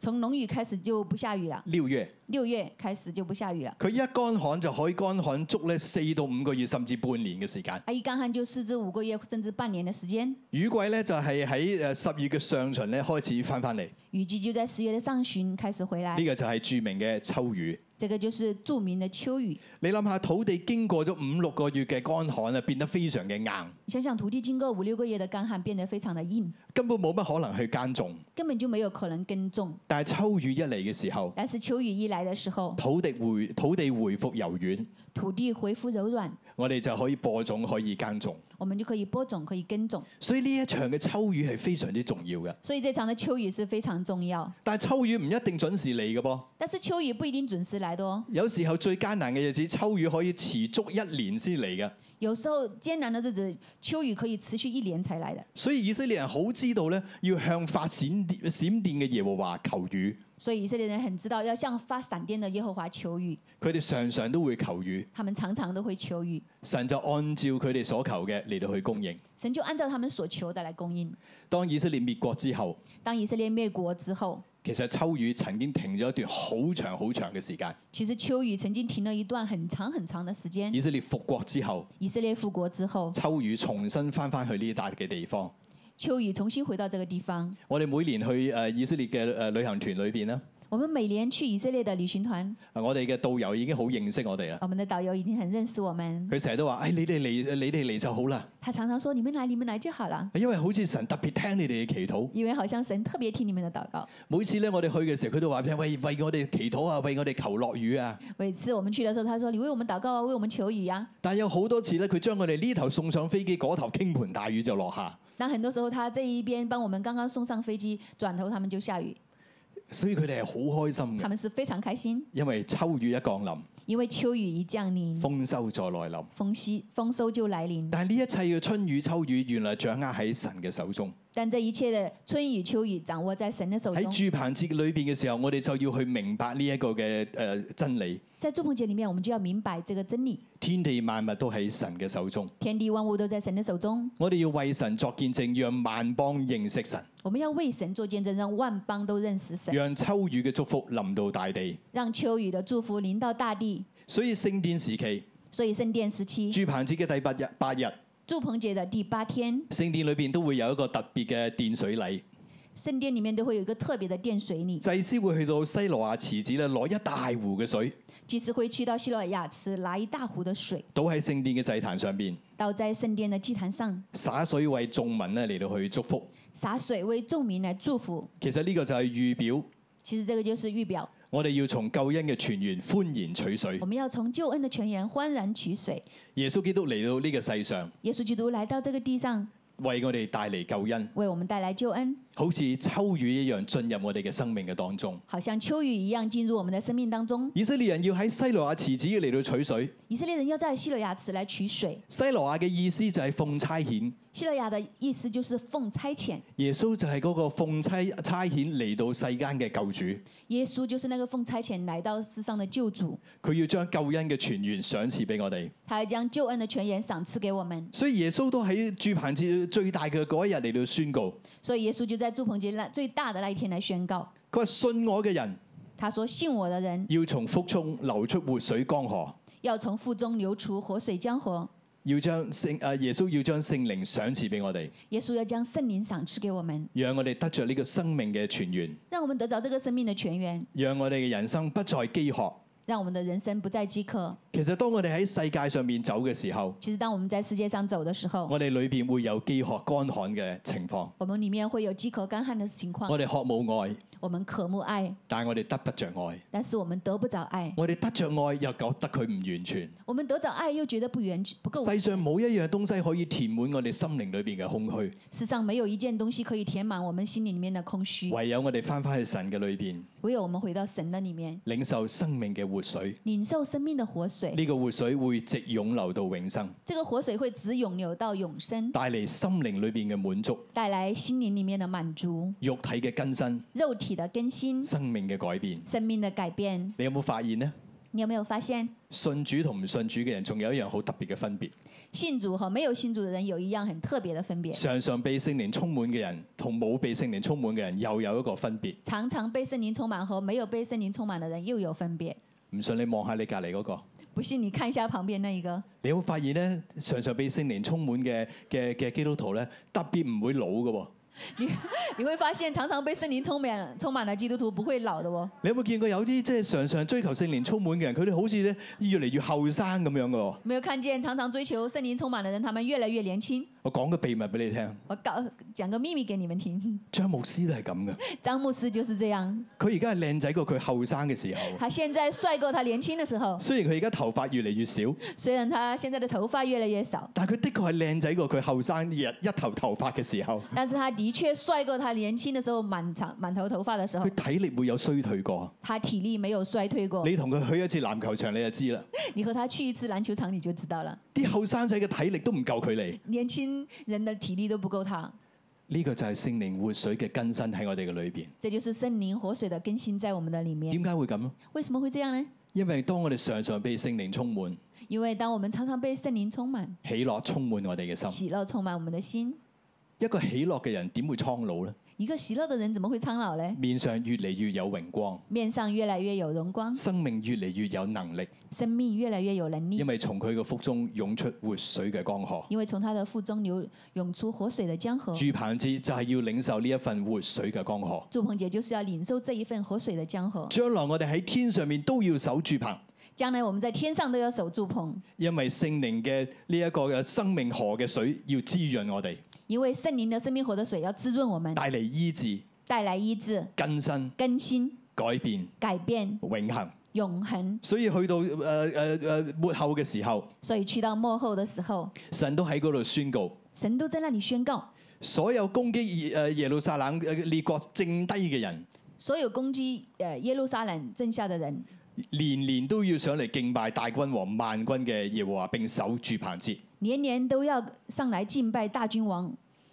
Speaker 2: 从农雨开始就不下雨了，
Speaker 1: 六月
Speaker 2: 六月开始就不下雨了。
Speaker 1: 佢一乾旱就可以乾旱足咧四到五個月甚至半年嘅時間。
Speaker 2: 啊，一干旱就四至五个月甚至半年的时间，
Speaker 1: 雨季咧就係喺誒呃十月嘅上旬咧開始翻翻嚟，呢、
Speaker 2: 雨季就在十月的上旬开始回来，
Speaker 1: 個就係著名嘅秋雨。
Speaker 2: 这个就是著名的秋雨。
Speaker 1: 你諗下，土地經過咗五六個月嘅乾旱啊，變得非常嘅硬，
Speaker 2: 你想想，土地经过五六个月的干旱，变得非常的硬，
Speaker 1: 根本冇乜可能去耕種。
Speaker 2: 根本就没有可能耕种。
Speaker 1: 但係秋雨一嚟嘅時候，
Speaker 2: 但是秋雨一来的时候，
Speaker 1: 土地回土地回復柔軟，
Speaker 2: 土地恢复柔软，
Speaker 1: 我哋就可以播種，可以耕種。
Speaker 2: 我们就可以播种，可以耕种。
Speaker 1: 所以呢一場嘅秋雨係非常之重要嘅。
Speaker 2: 所以这场的秋雨是非常重要。
Speaker 1: 但係秋雨唔一定準時嚟嘅噃，
Speaker 2: 但是秋雨不一定准时来的哦，
Speaker 1: 有時候最艱難嘅日子，秋雨可以持足一年先嚟嘅。
Speaker 2: 有时候艰难的日子，秋雨可以持续一年才来的。
Speaker 1: 所以以色列人好知道咧，要向發閃電閃電嘅耶和華求雨。
Speaker 2: 所以以色列人很知道要向发闪电的耶和华求雨，
Speaker 1: 佢哋常常都會求雨，
Speaker 2: 他们常常都会求雨，
Speaker 1: 神就按照佢哋所求嘅嚟到去供應。
Speaker 2: 神就按照他们所求的来供应。
Speaker 1: 當以色列滅國之後，
Speaker 2: 当以色列灭国之后，
Speaker 1: 其實秋雨曾經停咗一段好長好長嘅時間。
Speaker 2: 其实秋雨曾经停了一段很长很长的时间。
Speaker 1: 以色列復國之後，
Speaker 2: 以色列复国之后，
Speaker 1: 秋雨重新翻翻去呢笪嘅地方。
Speaker 2: 秋雨重新回到这个地方。
Speaker 1: 我哋每年去誒以色列嘅誒旅行團裏邊咧，
Speaker 2: 我们每年去以色列的旅行團，
Speaker 1: 啊我哋嘅導遊已經好認識我哋啦。
Speaker 2: 我们的導遊已经很認識我們，
Speaker 1: 佢成日都話：，誒、哎你哋嚟，呃你哋嚟就好啦，
Speaker 2: 他常常說：“你們來，你們來就好了。
Speaker 1: 因為好似神特別聽你哋嘅祈禱。”
Speaker 2: 因為好像神特別聽你們的禱告。
Speaker 1: 每次咧，我哋去嘅時候，佢都話俾我聽：，喂，為我哋祈禱啊，為我哋求落雨啊。
Speaker 2: 每次我們去的時候，他說：“你為我們禱告啊，為我們求雨啊。
Speaker 1: 但有好多次咧，佢將我哋呢頭送上飛機，嗰頭傾盆大雨就落下，”
Speaker 2: 那很多時候，他這一邊幫我們剛剛送上飛機，轉頭他們就下雨，
Speaker 1: 所以佢哋係好開心
Speaker 2: 他
Speaker 1: 嘅，
Speaker 2: 們是非常開心，
Speaker 1: 因為秋雨一降臨，
Speaker 2: 因為秋雨一降臨，
Speaker 1: 豐收再來臨。
Speaker 2: 豐息豐收就來臨。
Speaker 1: 但係呢一切嘅春雨秋雨，原來掌握喺神嘅手中。
Speaker 2: 但這一切的春雨秋雨掌握在神的手
Speaker 1: 喺
Speaker 2: 中。
Speaker 1: 住棚節裏邊嘅時候，我哋就要去明白呢一個嘅誒真理。
Speaker 2: 在祝棚節裡面，我們就要明白這個真理：
Speaker 1: 天地萬物都喺神嘅手中，
Speaker 2: 天地萬物都在神的手中。
Speaker 1: 我哋要為神作見證，讓萬邦認識神，
Speaker 2: 我们要为神做见证，让万邦都认识神，
Speaker 1: 讓秋雨嘅祝福臨到大地。
Speaker 2: 让秋雨的祝福临到大地。
Speaker 1: 所以聖殿時期。
Speaker 2: 所以圣殿时期，
Speaker 1: 住棚節嘅第八日，八日
Speaker 2: 祝棚节的第八天，
Speaker 1: 聖殿裏邊都會有一個特別嘅奠水禮，
Speaker 2: 圣殿里面都會有一个特別的殿水礼，
Speaker 1: 祭司會去到西羅亞池子咧攞一大壺嘅水，
Speaker 2: 祭司会去到希罗亚池拿一大壶的水，
Speaker 1: 倒喺聖殿嘅祭壇上邊，
Speaker 2: 倒在圣殿的祭坛上，
Speaker 1: 灑水為眾民咧嚟到去祝福。
Speaker 2: 洒水为众民来祝福。
Speaker 1: 其實呢個就係預表，
Speaker 2: 其实这个就是预表，
Speaker 1: 我哋要從救恩嘅泉源歡然取水
Speaker 2: 我。们要从救恩的泉源欢然取水。
Speaker 1: 耶穌基督嚟到呢個世上，
Speaker 2: 耶稣基督来到这个地上，
Speaker 1: 為我哋帶嚟救恩，
Speaker 2: 为我们带来救恩，
Speaker 1: 好似秋雨一樣進入我哋嘅生命嘅當中。
Speaker 2: 好像秋雨一樣进入我们的生命当中。
Speaker 1: 以色列人要喺西羅亞池子嚟到取水，
Speaker 2: 以色列人要在希罗亚池来取水，
Speaker 1: 西羅亞嘅意思就係奉差遣。
Speaker 2: 希勒雅的意思就是奉差遣，
Speaker 1: 耶穌就係嗰個奉差差遣嚟到世間嘅救主，
Speaker 2: 耶稣就是那个奉差遣来到世上的救主，
Speaker 1: 佢要將救恩嘅泉源賞賜俾我哋。
Speaker 2: 他要将救恩的泉源赏赐给我们。
Speaker 1: 所以耶穌都喺住棚節最大嘅嗰一日嚟到宣告，
Speaker 2: 所以耶稣就在祝棚节那最大的那一天来宣告，
Speaker 1: 佢話：信我嘅人
Speaker 2: 他说：“信我的人
Speaker 1: 要從腹中流出活水江河，
Speaker 2: 要从腹中流出活水江河。
Speaker 1: 要將聖啊耶穌要將聖靈賞賜俾我哋，”
Speaker 2: 耶稣要将聖灵赏赐给我们，
Speaker 1: 讓我哋得着呢個生命嘅泉源，
Speaker 2: 让我们得着这个生命的泉源，
Speaker 1: 讓我哋嘅人生不再飢渴，
Speaker 2: 让我们的人生不再饥渴。
Speaker 1: 其實當我哋喺世界上面走嘅時候，
Speaker 2: 其实，当我们在世界上走的时候，
Speaker 1: 我哋裏邊會有飢渴乾旱嘅情況，
Speaker 2: 我们里面会有饥渴干旱的情况。
Speaker 1: 我哋渴慕愛，
Speaker 2: 我们渴慕爱，
Speaker 1: 但係我哋得不着愛。
Speaker 2: 但是我们得不着爱。
Speaker 1: 我哋得着愛又覺得佢唔完全。
Speaker 2: 我们得着愛又覺得不完不夠，
Speaker 1: 世上冇一樣東西可以填滿我哋心靈裏邊嘅空虛，
Speaker 2: 世上沒有一件東西可以填滿我們心裡面的空虛，
Speaker 1: 唯有我哋翻返去神嘅裏邊，
Speaker 2: 唯有我們回到神的裡面，
Speaker 1: 領受生命嘅活水。
Speaker 2: 領受生命的活水。
Speaker 1: 呢個活水會直湧流到永生，
Speaker 2: 這個活水會直湧流到永生，
Speaker 1: 帶嚟心靈裏邊嘅滿足、
Speaker 2: 帶來心靈裡面的滿足、
Speaker 1: 肉體嘅更新、
Speaker 2: 肉體的更新、
Speaker 1: 生命嘅改變。
Speaker 2: 生命的改變。
Speaker 1: 你有冇發現呢？
Speaker 2: 你有沒有發現，
Speaker 1: 信主同唔信主嘅人，仲有一樣好特別嘅分別。
Speaker 2: 信主和沒有信主的人有一樣很特別的分別？
Speaker 1: 常常被聖靈充滿嘅人，同冇被聖靈充滿嘅人，又有一個分別。
Speaker 2: 常常被聖靈充滿和沒有被聖靈充滿的人又有分別。
Speaker 1: 唔信你望下你隔離嗰個，
Speaker 2: 不信你看一下旁邊那一個，
Speaker 1: 你會發現呢，常常被聖靈充滿嘅嘅嘅基督徒呢，特別唔會老嘅喎。
Speaker 2: 你會發現常常被聖靈充滿充滿的基督徒不會老的哦。
Speaker 1: 你有冇見過有啲即係常常追求聖靈充滿嘅人，佢哋好似呢，越嚟越後生咁樣嘅喎？
Speaker 2: 没有看见常常追求圣灵充满的人，他们越来越年轻。
Speaker 1: 我講個秘密俾你聽，
Speaker 2: 我告讲个秘密给你们听，
Speaker 1: 張牧師都係咁嘅。
Speaker 2: 张牧师就是這樣。
Speaker 1: 佢而家係靚仔過佢後生嘅時候。
Speaker 2: 他現在帥過他年輕的時候，
Speaker 1: 雖然佢而家頭髮越嚟越少，
Speaker 2: 雖然他現在的頭髮越來越少，
Speaker 1: 但係佢的確係靚仔過佢後生日一頭頭髮嘅時候。
Speaker 2: 但是他的確帥過他年輕的時候滿長滿頭頭髮的時候
Speaker 1: 佢。體力會有衰退過。
Speaker 2: 他體力沒有衰退過，
Speaker 1: 你同佢去一次籃球場你就知啦。
Speaker 2: 你和他去一次籃球場你就知道了。
Speaker 1: 啲後生仔嘅體力都唔夠佢嚟。
Speaker 2: 年輕人的體力都不夠他，
Speaker 1: 呢、個就係聖靈活水嘅更新喺我哋嘅裏邊。
Speaker 2: 這就是聖靈活水的更新在我們的裡面。
Speaker 1: 點解會咁咧？
Speaker 2: 為什麼會這樣呢？
Speaker 1: 因為當我哋常常被聖靈充滿，
Speaker 2: 因為當我們常常被聖靈充滿，
Speaker 1: 喜樂充滿我哋嘅心。
Speaker 2: 喜樂充滿我們的心。
Speaker 1: 一個喜樂嘅人點會蒼老呢？
Speaker 2: 一個喜樂的人怎麼會蒼老嘞？
Speaker 1: 面上越嚟越有榮光，
Speaker 2: 面上越來越有榮光，
Speaker 1: 生命越嚟越有能力，
Speaker 2: 生命越來越有能力
Speaker 1: 因，為從佢嘅腹中湧出活水嘅江河。
Speaker 2: 因為從他的腹中流涌出活水的江河。
Speaker 1: 住棚子就係要領受呢一份活水嘅江河。
Speaker 2: 祝鹏姐就是要领受這一份活水的江河。
Speaker 1: 將來我哋喺天上面都要守住棚，
Speaker 2: 將來我們在天上都要守住棚，
Speaker 1: 因為聖靈嘅呢一個嘅生命河嘅水要滋潤我哋，
Speaker 2: 因為聖靈的生命活的水要滋潤我們，
Speaker 1: 帶嚟醫治、
Speaker 2: 帶來醫治、
Speaker 1: 更新、
Speaker 2: 更新、
Speaker 1: 改變、
Speaker 2: 改變、
Speaker 1: 永恆。
Speaker 2: 永恆。
Speaker 1: 所以去到呃誒誒誒末後嘅時候，
Speaker 2: 所以去到幕後的時候，
Speaker 1: 神都喺嗰度宣告。
Speaker 2: 神都在那裡宣告：
Speaker 1: 所有攻擊耶誒耶路撒冷誒列國剩低嘅人，
Speaker 2: 所有攻擊呃耶路撒冷正下的人，
Speaker 1: 年年都要上嚟敬拜大君王萬軍嘅耶和華，並守住棚節。
Speaker 2: 年年都要上來敬拜大君王，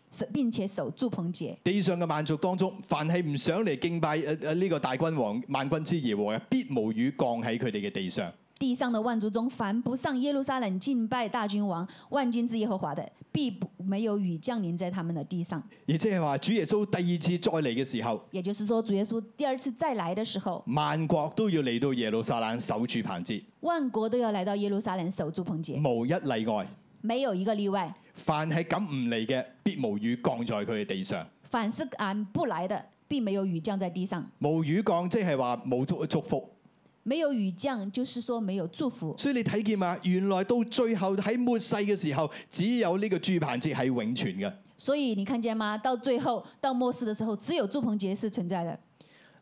Speaker 2: 守並且守住棚節。
Speaker 1: 地上嘅萬族當中，凡係唔想嚟敬拜誒誒呢個大君王萬軍之耶和華嘅，必無雨降喺佢哋嘅地上。
Speaker 2: 地上的万族中，凡不上耶路撒冷敬拜大君王、万军之耶和华的，必不没有雨降临在他们的地上。
Speaker 1: 亦即係話，主耶穌第二次再嚟嘅時候，
Speaker 2: 也就是说，主耶穌第二次再来的时候，
Speaker 1: 萬國都要嚟到耶路撒冷守住棚節，
Speaker 2: 万国都要来到耶路撒冷守住棚节，
Speaker 1: 無一例外。
Speaker 2: 没有一个例外。
Speaker 1: 凡係咁唔嚟嘅，必無雨降在佢嘅地上。
Speaker 2: 凡是俺不來的，并没有雨降在地上。
Speaker 1: 無雨降即係話冇祝祝福。
Speaker 2: 没有雨降，就是说没有祝福。
Speaker 1: 所以你睇見嘛，原來到最後喺末世嘅時候，只有呢個住棚節係永存嘅。
Speaker 2: 所以你看见吗？到最后，到末世的时候，只有祝棚节是存在的。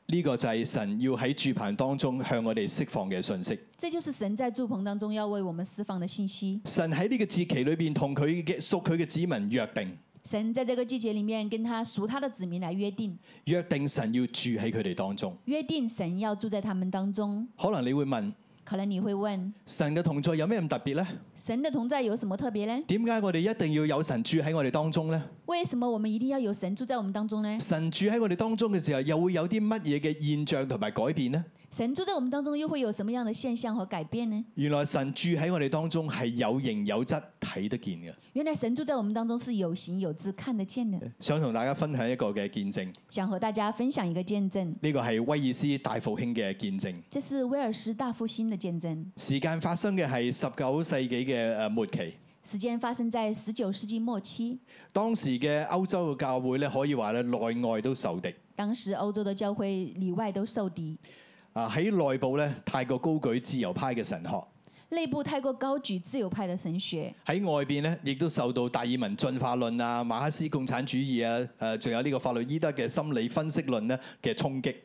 Speaker 1: 呢、個就係神要喺住棚當中向我哋釋放嘅信息。
Speaker 2: 这就是神在祝棚当中要为我们释放的信息。
Speaker 1: 神喺呢個節期裏邊同佢嘅屬佢嘅子民約定，
Speaker 2: 神在这个季节里面跟他属他的子民来約定，
Speaker 1: 約定神要住喺佢哋當中。
Speaker 2: 约定神要住在他们当中。
Speaker 1: 可能你會問：
Speaker 2: 可能你会问，
Speaker 1: 神嘅同在有咩咁特別呢？
Speaker 2: 神的同在有什么特别呢？
Speaker 1: 點解我哋一定要有神住喺我哋當中呢？
Speaker 2: 为什么我们一定要有神住在我们当中呢？
Speaker 1: 神住喺我哋當中嘅時候，又會有啲乜嘢嘅現象同埋改變呢？
Speaker 2: 神住在我们当中又会有什么样的现象和改变呢？
Speaker 1: 原來神住喺我哋當中係有形有質睇得見嘅。
Speaker 2: 原来神住在我们当中是有形有质、看得见的。
Speaker 1: 想同大家分享一個嘅見證，
Speaker 2: 想和大家分享一个见证，
Speaker 1: 呢個係威爾斯大復興嘅見證。
Speaker 2: 这是威尔斯大复兴的见证，
Speaker 1: 時間發生嘅係十九世紀嘅誒末期，
Speaker 2: 时间发生在十九世纪末期。
Speaker 1: 當時嘅歐洲嘅教會咧，可以話咧內外都受敵。
Speaker 2: 当时欧洲的教会里外都受敌，
Speaker 1: 啊喺內部咧太過高舉自由派嘅神學，
Speaker 2: 内部太过高举自由派的神学，
Speaker 1: 喺外邊咧亦都受到達爾文進化論啊、馬克思共產主義啊、誒仲有呢個法律伊德嘅心理分析論咧嘅衝擊。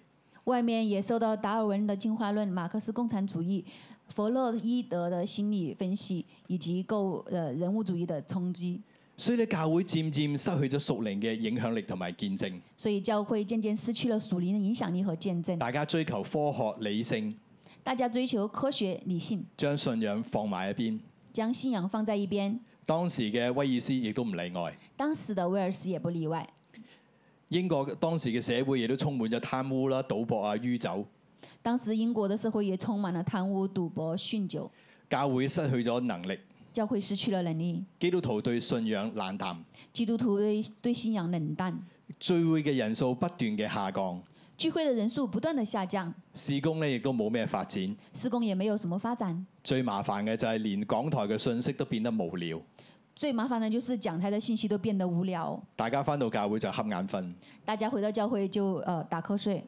Speaker 2: 外面也受到达尔文的进化论、马克思共产主义、弗洛伊德的心理分析以及构呃人物主义的冲击，
Speaker 1: 所以咧，教會漸漸失去咗屬靈嘅影響力同埋見證，
Speaker 2: 所以教会渐渐失去了属灵的影响力和见证。
Speaker 1: 大家追求科學理性，
Speaker 2: 大家追求科学理性，
Speaker 1: 將信仰放埋一邊。
Speaker 2: 将信仰放在一边。
Speaker 1: 當時嘅威爾斯亦都唔例外，
Speaker 2: 当时的威尔斯也不例外。
Speaker 1: 英國當時嘅社會亦都充滿咗貪污啦、賭博啊、酗酒，
Speaker 2: 当时英国的社会也充满了贪污、赌博、酗酒，
Speaker 1: 教會失去咗能力，
Speaker 2: 教会失去了能力，
Speaker 1: 基督徒對信仰冷淡，
Speaker 2: 基督徒对对信仰冷淡，
Speaker 1: 聚會嘅人數不斷嘅下降，
Speaker 2: 聚会的人数不断的下降，
Speaker 1: 事工咧亦都冇咩發展。
Speaker 2: 施工也没有什么发展。
Speaker 1: 最麻煩嘅就係連港台嘅信息都變得無聊，
Speaker 2: 最麻烦的就是讲台的信息都变得无聊，
Speaker 1: 大家翻到教會就瞌眼瞓。
Speaker 2: 大家回到教会就呃打瞌睡。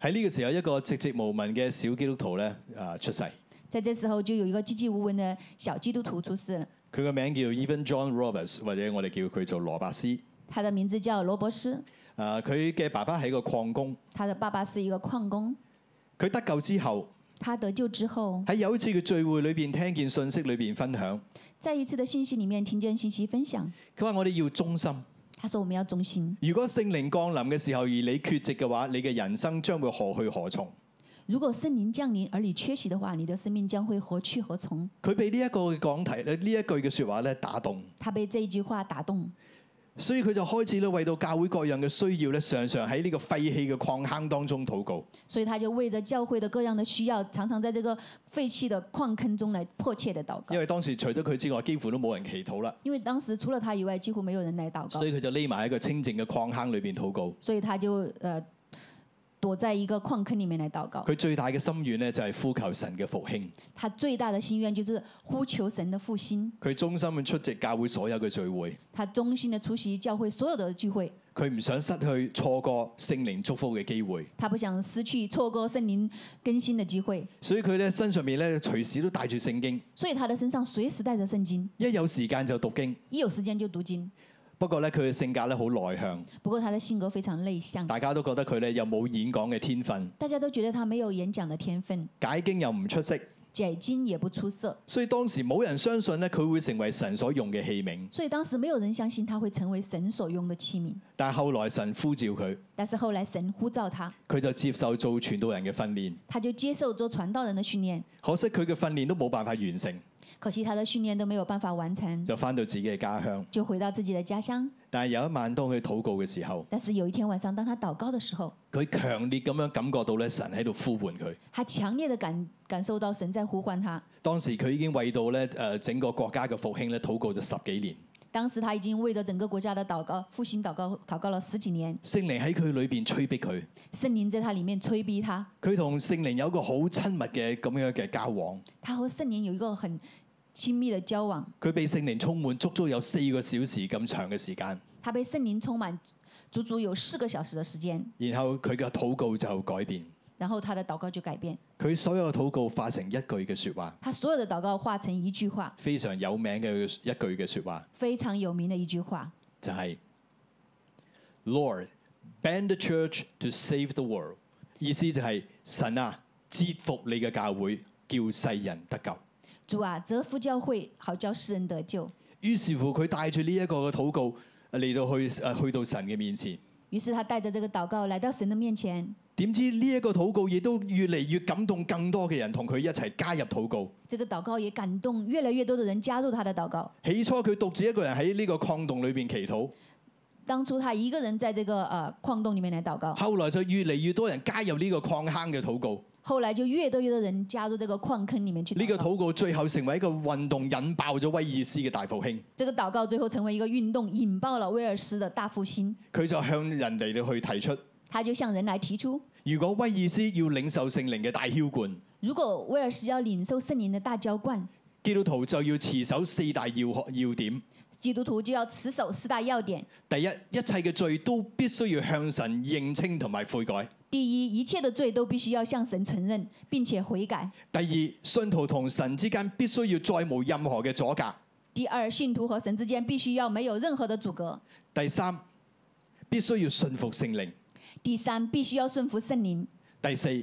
Speaker 1: 喺呢個時候，一個寂寂無聞嘅小基督徒咧，啊出世，
Speaker 2: 在这时候，就有一个籍籍无闻的小基督徒出世了，
Speaker 1: 佢個名叫 Even John Roberts，或者我哋叫佢做羅伯斯。
Speaker 2: 他的名字叫罗伯斯，
Speaker 1: 啊，佢嘅爸爸係一個礦工，
Speaker 2: 他的爸爸是一个矿工。
Speaker 1: 佢得救之後，
Speaker 2: 他得救之后，
Speaker 1: 喺有一次嘅聚會裏邊聽見信息裏邊分享，
Speaker 2: 在一次的信息里面听见信息分享，
Speaker 1: 佢話我哋要忠心。
Speaker 2: 他说我们要忠心。
Speaker 1: 如果聖靈降臨嘅時候而你缺席嘅話，你嘅人生將會何去何從？
Speaker 2: 如果圣灵降临而你缺席的话，你的生命將會何去何從？
Speaker 1: 佢被呢一個嘅講題，呢一句嘅説話咧打動，
Speaker 2: 他被这一句话打動，
Speaker 1: 所以佢就開始咧為到教會各樣嘅需要咧，常常喺呢個廢棄嘅礦坑當中禱告。
Speaker 2: 所以他就為着教會的各樣的需要，常常在這個廢棄的礦坑中來迫切的禱告
Speaker 1: 因。為當時除咗佢之外，幾乎都冇人祈禱啦，
Speaker 2: 因為當時除了他以外，幾乎沒有人來禱
Speaker 1: 所
Speaker 2: 告，
Speaker 1: 以佢就匿埋喺一個清靜嘅礦坑裏邊禱告。
Speaker 2: 所以他就呃躲在一個礦坑裡面來禱告。
Speaker 1: 佢最大嘅心願咧就係呼求神嘅復興。
Speaker 2: 他最大的心願就是呼求神的復興，
Speaker 1: 佢忠心咁出席教會所有嘅聚會，
Speaker 2: 他忠心的出席教會所有的聚會，
Speaker 1: 佢唔想失去錯過聖靈祝福嘅機會，
Speaker 2: 他不想失去錯過聖靈更新的機會，
Speaker 1: 所以佢咧身上面咧隨時都帶住聖經，
Speaker 2: 所以他的身上隨時帶着聖經，
Speaker 1: 一有時間就讀經。
Speaker 2: 一有時間就讀經。
Speaker 1: 不過咧，佢嘅性格咧好內向，
Speaker 2: 不过他的性格非常内向，
Speaker 1: 大家都覺得佢咧又冇演講嘅天分，
Speaker 2: 大家都觉得他没有演讲的天分，
Speaker 1: 解經又唔出色，
Speaker 2: 解经也不出色，
Speaker 1: 所以當時冇人相信咧佢會成為神所用嘅器皿。
Speaker 2: 所以当时没有人相信他会成为神所用的器皿。
Speaker 1: 但係後來神呼召佢，
Speaker 2: 但是后来神呼召他，
Speaker 1: 佢就接受做傳道人嘅訓練。
Speaker 2: 他就接受做传道人的训练，
Speaker 1: 可惜佢嘅訓練都冇辦法完成，
Speaker 2: 可惜他的训练都没有办法完成，
Speaker 1: 就翻到自己嘅家鄉。
Speaker 2: 就回到自己的家乡。
Speaker 1: 但係有一晚當佢禱告嘅時候，
Speaker 2: 但是有一天晚上，当他祷告的时候，
Speaker 1: 佢強烈咁樣感覺到咧神喺度呼喚佢。
Speaker 2: 他强烈的感感受到神在呼唤他。
Speaker 1: 當時佢已經為到咧誒整個國家嘅復興咧禱告咗十幾年，
Speaker 2: 当时他已经为着整个国家的祷告复兴祷告祷告了十几年，
Speaker 1: 聖靈喺佢裏邊催逼佢，
Speaker 2: 圣灵在他里面催逼他，
Speaker 1: 佢同聖靈有一個好親密嘅咁樣嘅交往。
Speaker 2: 他和圣灵有一个很亲密的交往。
Speaker 1: 佢被聖靈充滿足足有四個小時咁長嘅時間，
Speaker 2: 他被圣灵充满，足足有四个小时的时间，
Speaker 1: 然後佢嘅禱告就改變，
Speaker 2: 然后他的祷告就改變，
Speaker 1: 佢所有嘅禱告化成一句嘅説話，
Speaker 2: 他所有的祷告化成一句话，
Speaker 1: 非常有名嘅一句嘅説話。
Speaker 2: 非常有名的一句话，
Speaker 1: 就係、Lord bend the church to save the world，意思就係、神啊，折服你嘅教會，叫世人得救。
Speaker 2: 主啊，折服教会，好叫世人得救。
Speaker 1: 於是乎，佢帶住呢一個嘅禱告嚟到去誒去到神嘅面前。
Speaker 2: 于是他带着这个祷告来到神的面前，
Speaker 1: 點知呢一個禱告亦都越嚟越感動更多嘅人同佢一齊加入禱告。
Speaker 2: 这个祷告也感动越來越多的人加入他的禱告。
Speaker 1: 起初佢獨自一個人喺呢個礦洞裏邊祈禱，
Speaker 2: 当初他一个人在这个呃矿洞里面来祷告，
Speaker 1: 後來就越嚟越多人加入呢個礦坑嘅禱告。
Speaker 2: 后来就越多越多人加入这个呃矿坑里面去
Speaker 1: 呢、
Speaker 2: 祷
Speaker 1: 個
Speaker 2: 告。
Speaker 1: 禱告最後成為一個運動，引爆咗威爾斯嘅大復興。
Speaker 2: 这个祷告最后成为一个运动，引爆了威尔斯的大复兴。
Speaker 1: 佢就向人哋去提出，
Speaker 2: 他就向人来提出，
Speaker 1: 如果威爾斯要領受聖靈嘅大轎冠，
Speaker 2: 如果威尔士要领受圣灵的大浇灌，
Speaker 1: 基督徒就要持守四大要學要點。
Speaker 2: 基督徒就要持守四大要点：
Speaker 1: 第一，一切嘅罪都必須要向神認清同埋悔改。
Speaker 2: 第一，一切的罪都必须要向神承认，并且悔改；
Speaker 1: 第二，信徒同神之間必須要再無任何嘅阻隔。
Speaker 2: 第二，信徒和神之间必须要没有任何的阻隔；
Speaker 1: 第三，必須要信服聖靈。
Speaker 2: 第三，必须要顺服圣灵；
Speaker 1: 第四，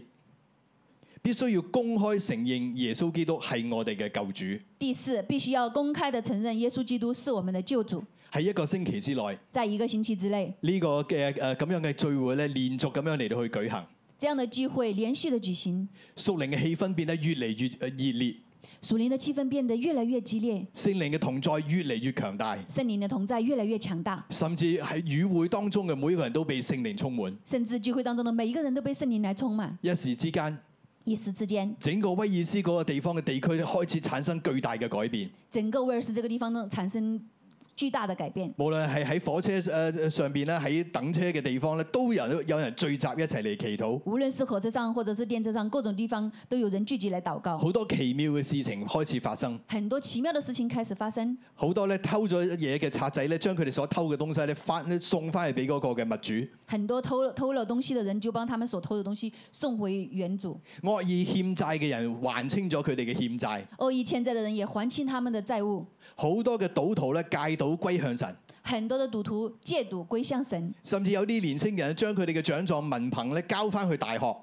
Speaker 1: 必須要公開承認耶穌基督係我哋嘅救主。
Speaker 2: 第四，必须要公开的承认耶稣基督是我们的救主。
Speaker 1: 喺一個星期之內，
Speaker 2: 在一个星期之内，
Speaker 1: 呢、個嘅誒咁樣嘅聚會咧，連續咁樣嚟到去舉行，
Speaker 2: 这样的聚会连续的举行，
Speaker 1: 屬靈嘅氣氛變得越嚟越呃熱烈，
Speaker 2: 属灵的气氛变得越来越激烈，
Speaker 1: 聖靈嘅同在越嚟越強大，
Speaker 2: 圣灵的同在越来越强大，
Speaker 1: 甚至喺與會當中嘅每一個人都被聖靈充滿。
Speaker 2: 甚至聚会当中的每一个人都被圣灵来充满。
Speaker 1: 一時之間，
Speaker 2: 一时之间，
Speaker 1: 整個威爾斯嗰個地方嘅地區開始產生巨大嘅改變。
Speaker 2: 整个威尔士这个地方呢产生巨大的改变，
Speaker 1: 無論係喺火車誒上邊咧，喺等車嘅地方咧，都有人有人聚集一齊嚟祈禱，
Speaker 2: 无论是火车上或者是电车上，各种地方都有人聚集来祷告，
Speaker 1: 好多奇妙嘅事情開始發生，
Speaker 2: 很多奇妙的事情开始发生。
Speaker 1: 好多咧偷咗嘢嘅賊仔咧，將佢哋所偷嘅東西咧翻送翻去俾嗰個嘅物主，
Speaker 2: 很多偷了偷了东西的人就帮他们所偷的东西送回原主，
Speaker 1: 惡意欠債嘅人還清咗佢哋嘅欠債，
Speaker 2: 恶意欠债的人也还清他们的债务。
Speaker 1: 好多嘅賭徒咧戒賭歸向神，
Speaker 2: 很多的赌徒戒赌归向神，
Speaker 1: 甚至有啲年青人將佢哋嘅獎狀文憑咧交翻去大學，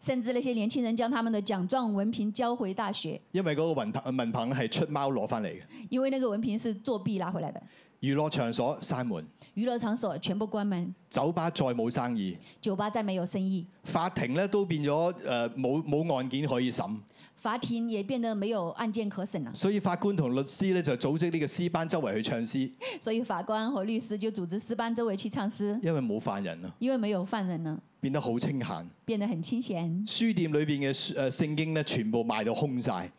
Speaker 2: 甚至那些年轻人将他们的奖状文凭交回大学，
Speaker 1: 因為嗰個文憑文憑係出貓攞翻嚟嘅。
Speaker 2: 因为那个文凭是作弊拉回来的。
Speaker 1: 娛樂場所閂門，
Speaker 2: 娱乐场所全部关门，
Speaker 1: 酒吧再冇生意。
Speaker 2: 酒吧再没有生意，
Speaker 1: 法庭咧都變咗誒冇冇案件可以審，
Speaker 2: 法庭也变得没有案件可审了。
Speaker 1: 所以法官同律師咧就組織呢個詩班周圍去唱詩，
Speaker 2: 所以法官和律师就组织诗班周围去唱诗，
Speaker 1: 因為冇犯人啊，
Speaker 2: 因为没有犯人呢，
Speaker 1: 變得好清閒。
Speaker 2: 变得很清闲。
Speaker 1: 書店裏邊嘅呃書誒聖經咧全部賣到空晒，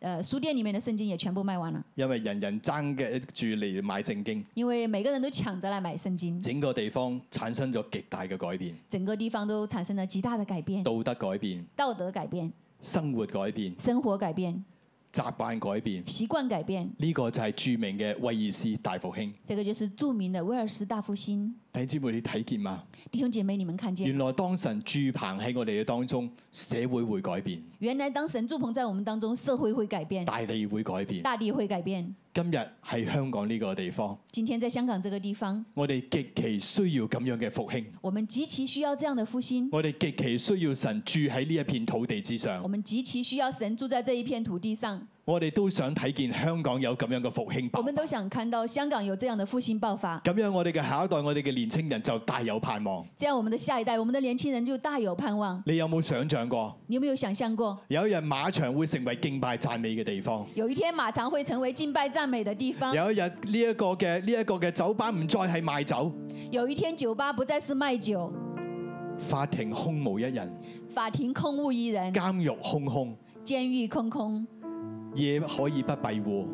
Speaker 2: 呃，书店里面的圣经也全部卖完了，
Speaker 1: 因為人人爭嘅住嚟買聖經，
Speaker 2: 因为每个人都抢着来买圣经，
Speaker 1: 整個地方產生咗極大嘅改變，
Speaker 2: 整个地方都产生了极大的改变，
Speaker 1: 道德改變、
Speaker 2: 道德改变、
Speaker 1: 生活改變、
Speaker 2: 生活改变、
Speaker 1: 習慣改變。
Speaker 2: 习慣改变，
Speaker 1: 呢、個就係著名嘅威爾斯大復興。
Speaker 2: 这个就是著名的威尔士大复兴。
Speaker 1: 弟兄姊妹，你睇見嗎？
Speaker 2: 弟兄姐妹，你们看见，
Speaker 1: 原來當神住棚喺我哋嘅當中，社會會改變，
Speaker 2: 原来当神住棚在我们当中，社会会改变，
Speaker 1: 大地會改變。
Speaker 2: 大地会改变。
Speaker 1: 今日喺香港呢個地方，
Speaker 2: 今天在香港这个地方，
Speaker 1: 我哋極其需要咁樣嘅復興，
Speaker 2: 我们极其需要这样的复兴，
Speaker 1: 我哋極其需要神住喺呢一片土地之
Speaker 2: 我
Speaker 1: 上。
Speaker 2: 们极其需要神住在这一片土地上。
Speaker 1: 我哋都想睇見香港有咁樣嘅復興
Speaker 2: 我
Speaker 1: 爆
Speaker 2: 们都
Speaker 1: 發。
Speaker 2: 想看到香港有这样的复兴爆发，
Speaker 1: 咁樣我哋嘅下一代，我哋嘅年青人就大有盼望。
Speaker 2: 这样我们的下一代，我们的年轻人就大有盼望。
Speaker 1: 你有冇想象過？
Speaker 2: 你有没有想象过，
Speaker 1: 有一日馬場會成為敬拜讚美嘅地方，
Speaker 2: 有一天马场会成为敬拜赞美的地方？
Speaker 1: 有一日呢一個嘅呢一個嘅酒吧唔再係賣酒，
Speaker 2: 有一天酒吧不再是卖酒，
Speaker 1: 法庭空無一人，
Speaker 2: 法庭空无一人，
Speaker 1: 監獄空空，
Speaker 2: 监狱空空，
Speaker 1: 夜可以不庇護，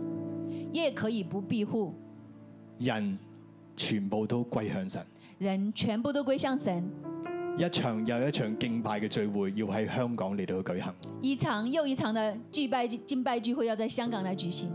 Speaker 2: 夜可以不庇护，
Speaker 1: 人全部都歸向神。
Speaker 2: 人全部都归向神。
Speaker 1: 一場又一場敬拜嘅聚會要喺香港嚟到舉行，
Speaker 2: 一场又一场的祭拜敬拜聚会要在香港来举行，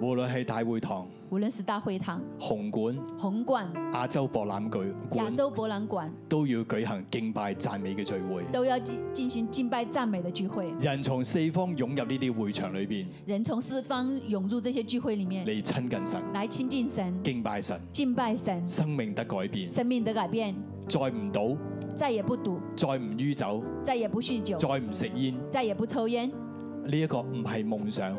Speaker 1: 無論係大會堂、
Speaker 2: 无论是大会堂、
Speaker 1: 紅館、
Speaker 2: 红馆、
Speaker 1: 亞洲博覽館
Speaker 2: 亚
Speaker 1: 館
Speaker 2: 洲博览馆，
Speaker 1: 都要舉行敬拜讚美嘅聚會。
Speaker 2: 都要进进行敬拜赞美的聚会。
Speaker 1: 人從四方湧入呢啲會場裏邊
Speaker 2: 人从四方涌入这些聚会里面，
Speaker 1: 嚟親近神、
Speaker 2: 来亲近神、
Speaker 1: 敬拜神，
Speaker 2: 敬拜神，
Speaker 1: 生命得改變，
Speaker 2: 生命的改变，
Speaker 1: 再唔賭，
Speaker 2: 再也不赌，
Speaker 1: 再唔酗酒，
Speaker 2: 再也不酗酒，
Speaker 1: 再唔食煙。
Speaker 2: 再也不抽烟。
Speaker 1: 呢一個唔係夢想，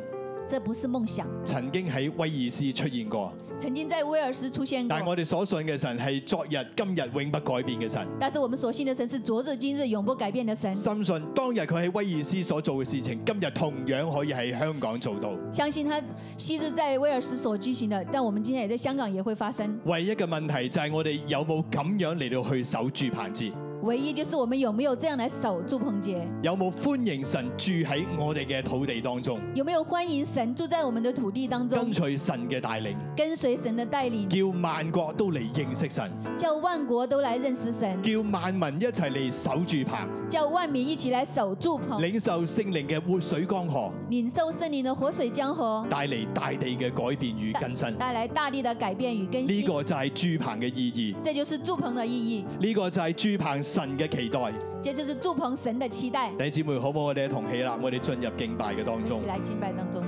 Speaker 2: 这不是夢想，
Speaker 1: 曾經喺威爾斯出現過，
Speaker 2: 曾经在威尔斯出现
Speaker 1: 但係
Speaker 2: 过。
Speaker 1: 我哋所信嘅神係昨日、今日永不改變嘅神。
Speaker 2: 但是我们所信的神是昨日今日永不改变的神，
Speaker 1: 深信當日佢喺威爾斯所做嘅事情，今日同樣可以喺香港做到。
Speaker 2: 相信他昔日在威尔斯所举行的，但我们今天也在香港也会发生。
Speaker 1: 唯一嘅問題就係我哋有冇咁樣嚟到去守住棚節，
Speaker 2: 唯一就是我们有没有这样来守住棚节，
Speaker 1: 有冇歡迎神住喺我哋嘅土地當中，
Speaker 2: 有没有欢迎神住在我们的土地当
Speaker 1: 跟
Speaker 2: 中，
Speaker 1: 隨神嘅帶領，
Speaker 2: 跟随神的带领，
Speaker 1: 叫萬國都嚟認識神，
Speaker 2: 叫万国都来认识神，
Speaker 1: 叫萬民一齊嚟守住棚，
Speaker 2: 叫万民一起来守住棚，
Speaker 1: 領受聖靈嘅活水江河，
Speaker 2: 领受圣灵的活水江河，
Speaker 1: 帶嚟大地嘅改變與更新。
Speaker 2: 带来大地的改变与更
Speaker 1: 呢
Speaker 2: 新。
Speaker 1: 個就係住棚嘅意義，
Speaker 2: 这就是住棚的意义，
Speaker 1: 呢、個就係住棚使神嘅期待。
Speaker 2: 这就是祝棚神的期待。
Speaker 1: 弟兄姊妹，可唔可以我哋一同起立，我哋進入敬拜嘅
Speaker 2: 我
Speaker 1: 當
Speaker 2: 们一
Speaker 1: 中
Speaker 2: 起？来敬拜当中。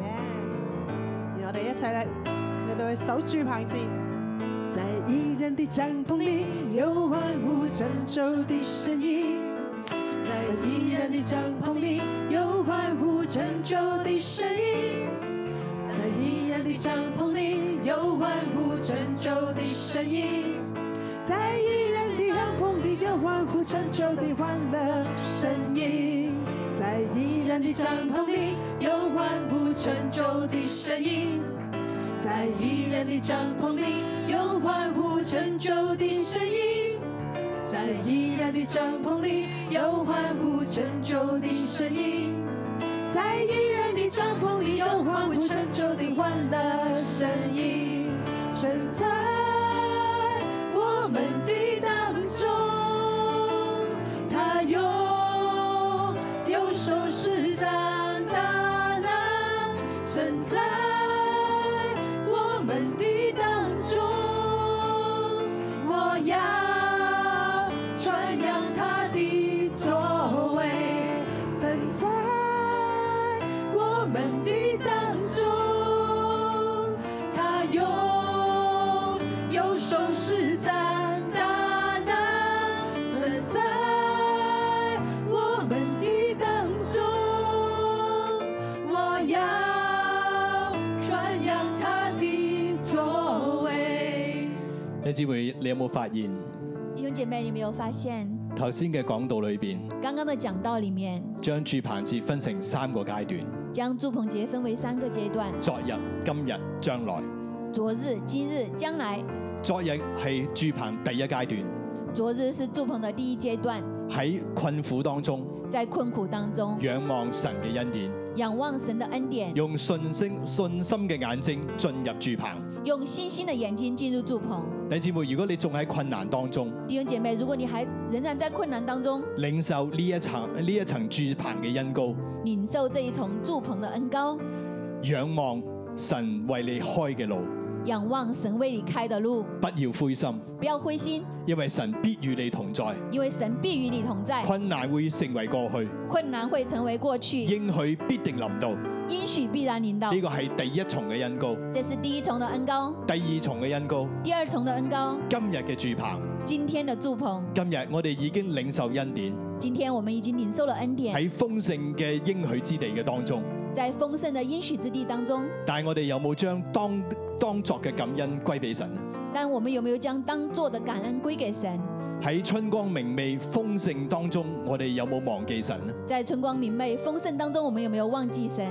Speaker 4: 然後我哋一齊咧嚟到去守住棚子。在一人的帐篷里，有欢呼战斗的声音。在一人的帐篷里，有欢呼战斗的声音。在一人的帐篷里，有欢呼战斗的声音。在一人的帐篷里，有欢呼战斗的欢乐声音。在一人的帐篷里，有欢呼战斗的声音。在一人的帐篷里，有欢呼成就的声音；在一人的帐篷里，有欢呼成就的声音；在一人的帐篷里，有欢呼成就的欢乐声音。神在我们的当中，他用右手施展大能，神在我们的当中，我要传扬他的作为，神在我们的当中，他用右手施展大能，神在我们的当中，我要传扬他的作为。
Speaker 1: 弟兄姊妹，你有冇發現
Speaker 2: 弟兄姐妹，你有没有发现
Speaker 1: 頭先嘅講道裏邊，
Speaker 2: 刚刚的讲道里面，
Speaker 1: 將住棚節分成三個階段：
Speaker 2: 将祝棚节分为三个阶段：
Speaker 1: 昨日、今日、將來。
Speaker 2: 昨日、今日、将来。
Speaker 1: 昨日係住棚第一階段，
Speaker 2: 昨日是祝棚的第一阶段，
Speaker 1: 喺困苦當中
Speaker 2: 在困苦当中
Speaker 1: 仰望神嘅恩典，
Speaker 2: 仰望神的恩典，
Speaker 1: 用信心信心嘅眼睛進入住棚。
Speaker 2: 用信心的眼睛进入祝棚。
Speaker 1: 弟兄姊妹，如果你仲喺困難當中，
Speaker 2: 弟兄姐妹，如果你还仍然在困難当中，
Speaker 1: 領受呢一層呢一層住棚嘅恩膏，
Speaker 2: 领受这一层祝棚的恩高，
Speaker 1: 仰望神為你開嘅路，
Speaker 2: 仰望神为你开的路，
Speaker 1: 不要灰心，
Speaker 2: 不要灰心，
Speaker 1: 因為神必與你同在。
Speaker 2: 因为神必与你同在，
Speaker 1: 困難會成為過去，
Speaker 2: 困難会成为过去，
Speaker 1: 應許必定臨到。呢
Speaker 2: 应许必然临到。
Speaker 1: 個係第一重嘅恩膏，
Speaker 2: 这是第一重的恩高，
Speaker 1: 第二重嘅恩膏。
Speaker 2: 第二重的恩高。
Speaker 1: 今日嘅住棚，
Speaker 2: 今天的祝棚，
Speaker 1: 今日我哋已經領受恩典，
Speaker 2: 今天我们已经领受了恩典，
Speaker 1: 喺豐盛嘅應許之地嘅當中。
Speaker 2: 在丰盛的应许之地当中，
Speaker 1: 但係我哋有冇將當當作嘅感恩歸俾神呢？
Speaker 2: 但我们有没有将当做的感恩归给神？
Speaker 1: 喺春光明媚豐盛當中，我哋有冇忘記神呢？
Speaker 2: 在春光明媚、丰盛当中，我们有没有忘记神？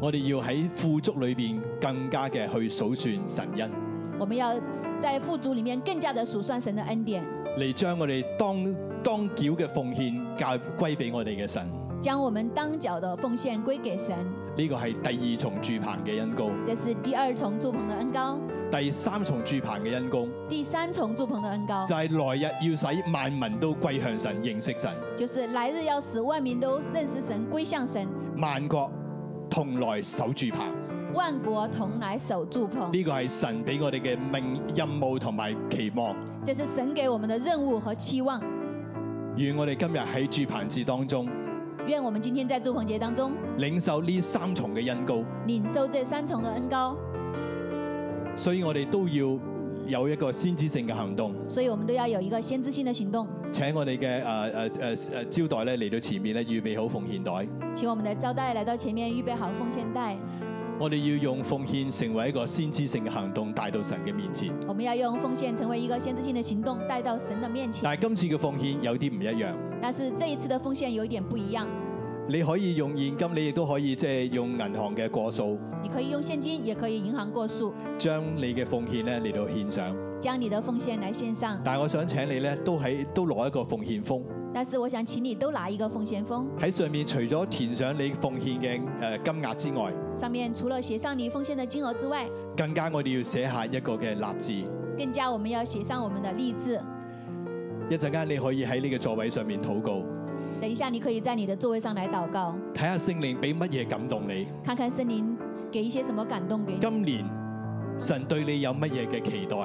Speaker 1: 我哋要喺富足裏邊更加嘅去數算神恩，
Speaker 2: 我们要在富足里面更加的数算神的恩典，
Speaker 1: 嚟將我哋當當繳嘅奉獻交歸俾我哋嘅神。
Speaker 2: 将我们当缴的奉献归给神。
Speaker 1: 呢個係第二重住棚嘅恩膏，
Speaker 2: 这是第二重祝棚的恩高，
Speaker 1: 第三重住棚嘅恩膏
Speaker 2: 第三重祝棚的恩高
Speaker 1: 就係、來日要使萬民都歸向神、認識神。
Speaker 2: 就是来日要使万民都认识神、归向神，
Speaker 1: 萬國同來守住棚，
Speaker 2: 万国同来守祝棚。
Speaker 1: 呢個係神俾我哋嘅命任務同埋期望。
Speaker 2: 这是神给我们的任务和期望。
Speaker 1: 願我哋今日喺住棚節當中
Speaker 2: 愿我们今天在祝棚节当中
Speaker 1: 領受呢三重嘅恩膏，
Speaker 2: 领受这三重的恩高，
Speaker 1: 所以我哋都要有一個先知性嘅行動。
Speaker 2: 所以我们都要有一个先知性的行动。
Speaker 1: 請我哋嘅呃誒誒誒誒招待咧嚟到前面咧，預備好奉獻袋。
Speaker 2: 请我们的招待来到前面，预备好奉献袋。
Speaker 1: 我哋要用奉獻成為一個先知性嘅行動，帶到神嘅面前。
Speaker 2: 我们要用奉献成为一个先知性的行动，带到神的面前。
Speaker 1: 但係今次嘅奉獻有啲唔一樣，
Speaker 2: 但是这一次的奉献有一点不一样，
Speaker 1: 你可以用現金，你亦都可以即係用銀行嘅過數，
Speaker 2: 你可以用现金，也可以银行过数，
Speaker 1: 將你嘅奉獻咧嚟到獻上。
Speaker 2: 将你的奉献来献上。
Speaker 1: 但係我想請你咧都喺都攞一個奉獻封，
Speaker 2: 但是我想请你都拿一个奉献封，
Speaker 1: 喺上面除咗填上你奉獻嘅誒呃金額之外，
Speaker 2: 上面除了写上你奉献的金额之外，
Speaker 1: 更加我哋要寫下一個嘅立志。
Speaker 2: 更加我们要写上我们的励志。
Speaker 1: 一陣間你可以喺你嘅座位上面禱告，
Speaker 2: 等一下，你可以在你的座位上来祷告，
Speaker 1: 睇下聖靈俾乜嘢感動你。
Speaker 2: 看看圣灵给一些什么感动给你。
Speaker 1: 今年神對你有乜嘢嘅期待？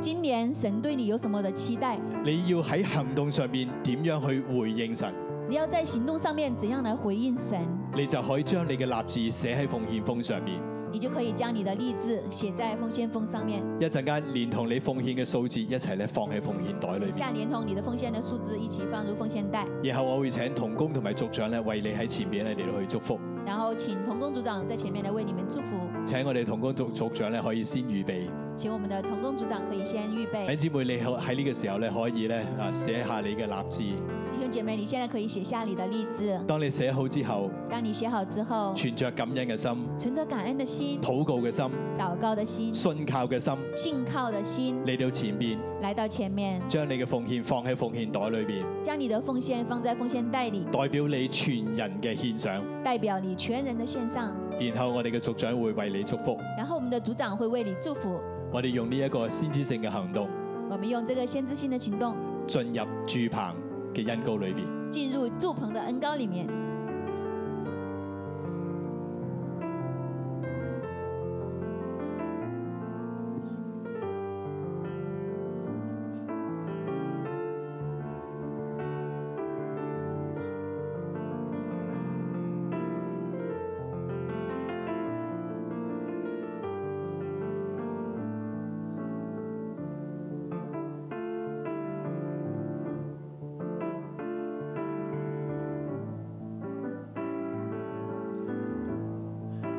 Speaker 2: 今年神对你有什么的期待？
Speaker 1: 你要喺行動上面點樣去回應神，
Speaker 2: 你要在行动上面怎样来回应神？
Speaker 1: 你就可以將你嘅立志寫喺奉獻封上面。
Speaker 2: 你就可以将你的励志写在奉献封上面，
Speaker 1: 一陣間連同你奉獻嘅數字一齊咧放喺奉獻袋裏
Speaker 2: 下
Speaker 1: 面。
Speaker 2: 连同你的奉献的数字一起放入奉献袋，
Speaker 1: 然後我會請童工同埋族長咧為你喺前面咧嚟到去祝福。
Speaker 2: 然后请童工组长在前面来为你们祝福，
Speaker 1: 請我哋童工族族長咧可以先預備。
Speaker 2: 请我们的童工组長可以先预
Speaker 1: 弟兄
Speaker 2: 备。
Speaker 1: 姊妹，你可喺呢個時候咧可以咧啊寫下你嘅立志。
Speaker 2: 弟兄姐妹，你现在可以写下你的励志，
Speaker 1: 當你寫好之後，
Speaker 2: 当你写好之后，
Speaker 1: 存着感恩嘅心、
Speaker 2: 存着感恩的心、
Speaker 1: 禱告嘅心、
Speaker 2: 祷告的心、
Speaker 1: 信靠嘅心
Speaker 2: 信靠的心，
Speaker 1: 嚟到前面，
Speaker 2: 来到前面，
Speaker 1: 將你嘅奉獻放喺奉獻袋裏邊，
Speaker 2: 将你的奉献放在奉献袋里，
Speaker 1: 代表你全人嘅獻上。
Speaker 2: 代表你全人的献上。
Speaker 1: 然後我哋嘅族長會為你祝福。
Speaker 2: 然后我们的组长会为你祝福。
Speaker 1: 我哋用呢一個先知性嘅行動
Speaker 2: 我们用这个先知性的行動，
Speaker 1: 進入住棚嘅恩膏裏邊。
Speaker 2: 进入祝棚的恩高里面。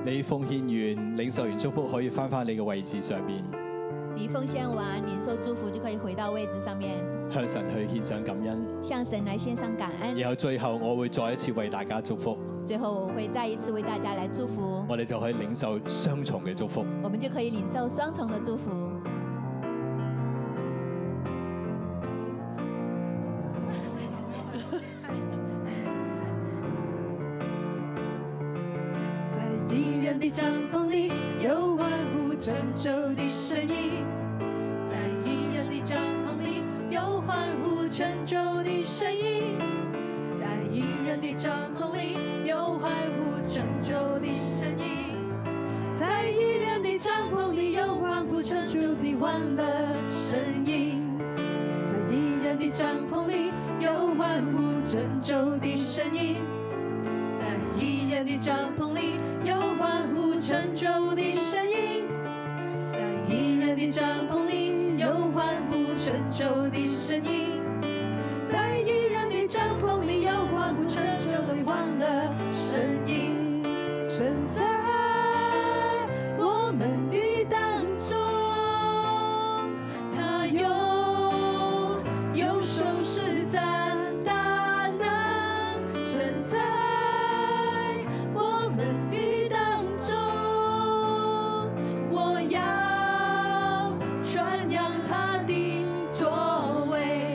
Speaker 1: 你奉獻完、領受完祝福，可以翻返你嘅位置上面，
Speaker 2: 你奉献完，领受祝福就可以回到位置上面，
Speaker 1: 向神去獻上感恩。
Speaker 2: 向神来献上感恩。
Speaker 1: 然後最後我會再一次為大家祝福，
Speaker 2: 最后我会再一次为大家来祝福，
Speaker 1: 我哋就可以領受雙重嘅祝福。
Speaker 2: 我们就可以领受双重的祝福。
Speaker 4: 在异人的帐篷里，有欢呼拯救的声音。在异人的帐篷里，有欢呼拯救的声音。在异人的帐篷里，有欢呼拯救的声音。在异人的帐篷里，有欢呼拯救的欢乐声音。在异人的帐篷里，有欢呼拯救的声音。在异人的帐篷里，有欢呼拯救的声音；在异人的帐篷里，有欢呼拯救的声音；在异人的帐篷里，有欢呼拯救的欢乐声音。神在我们的当中，他用右手施展大能，神在我们的当中，我要传扬他的作为，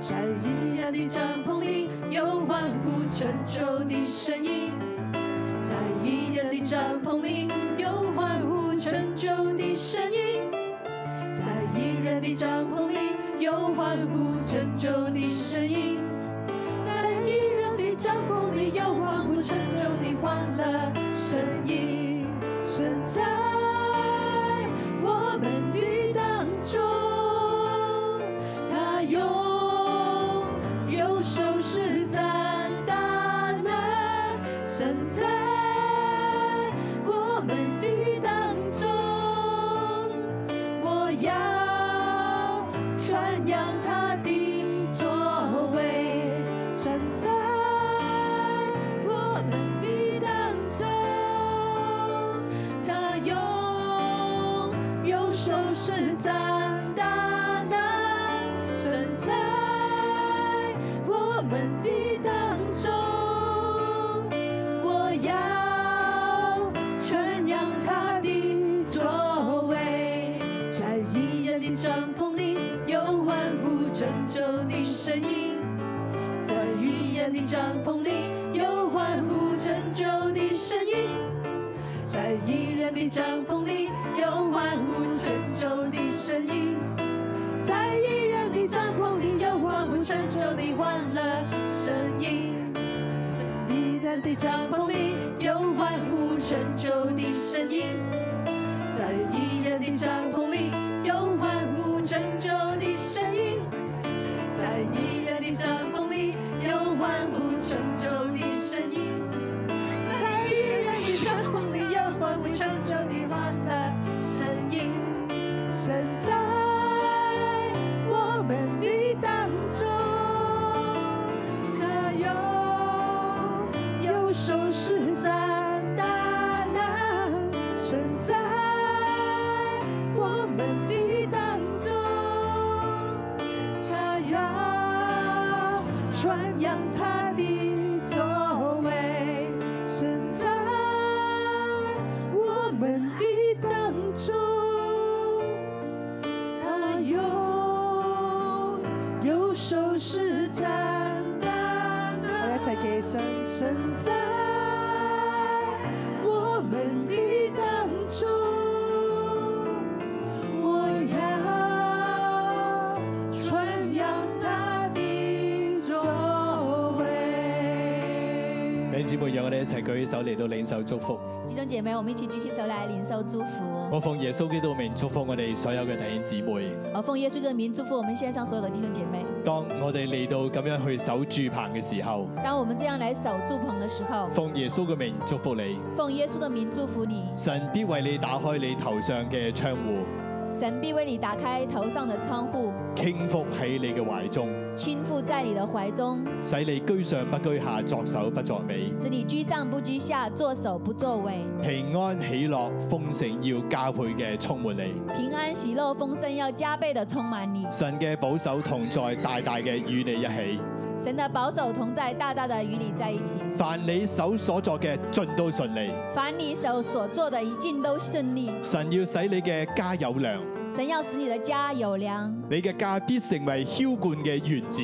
Speaker 4: 在依然的帐篷里有欢呼拯救的声音。在异人的帐篷里，有欢呼成就的声音；在异人的帐篷里，有欢呼成就的声音；在异人的帐篷里，有欢呼成就的欢乐声音。神在我们的当中，他用右手施展大能。神在我们的当中，我要传扬他的作为。神在我们的当中，他用右手施展大能。神在我们的当中。我要传扬他的作为，在异人的帐篷里有欢呼拯救的声音，在异人的帐篷里有欢呼拯救的声音，在异人的帐篷里有欢呼拯救的声音。在异人的帐篷里有欢呼拯救的欢乐声音。依然的帐篷里有欢呼拯救的声音，在依然的帐篷里有欢呼拯传扬他的作为，神在我们的当中，他有右手是赞叹的，我一齐起身，神在我们的当中。我要传扬他的作为。
Speaker 1: 弟兄姊妹，讓我哋一齊舉起手嚟到領受祝福。
Speaker 2: 弟兄姐妹，我们一起举起手来领受祝福。
Speaker 1: 我奉耶穌基督嘅名祝福我哋所有嘅弟兄姊妹。
Speaker 2: 呃，奉耶稣的名祝福我们线上所有的弟兄姐妹。
Speaker 1: 當我哋嚟到咁樣去守住棚嘅時候，
Speaker 2: 当我们这样来守住棚的时候，
Speaker 1: 奉耶穌嘅名祝福你。
Speaker 2: 奉耶稣的名祝福你，
Speaker 1: 神必為你打開你頭上嘅窗户，
Speaker 2: 神必为你打开头上的窗户，
Speaker 1: 傾覆喺你嘅懷中，
Speaker 2: 倾覆在你的怀中，
Speaker 1: 使你居上不居下，作首不作尾。
Speaker 2: 使你居上不居下，作首不作尾。
Speaker 1: 平安喜樂豐盛要加倍嘅充滿你。
Speaker 2: 平安喜乐丰盛要加倍的充满你，
Speaker 1: 神嘅保守同在，大大嘅與你一起。
Speaker 2: 神的保守同在，大大的与你在一起。
Speaker 1: 凡你手所作嘅，盡都順利。
Speaker 2: 凡你手所做的一尽都顺利，
Speaker 1: 神要使你嘅家有糧，
Speaker 2: 神要使你的家有粮，
Speaker 1: 你嘅家必成為轎冠嘅原子，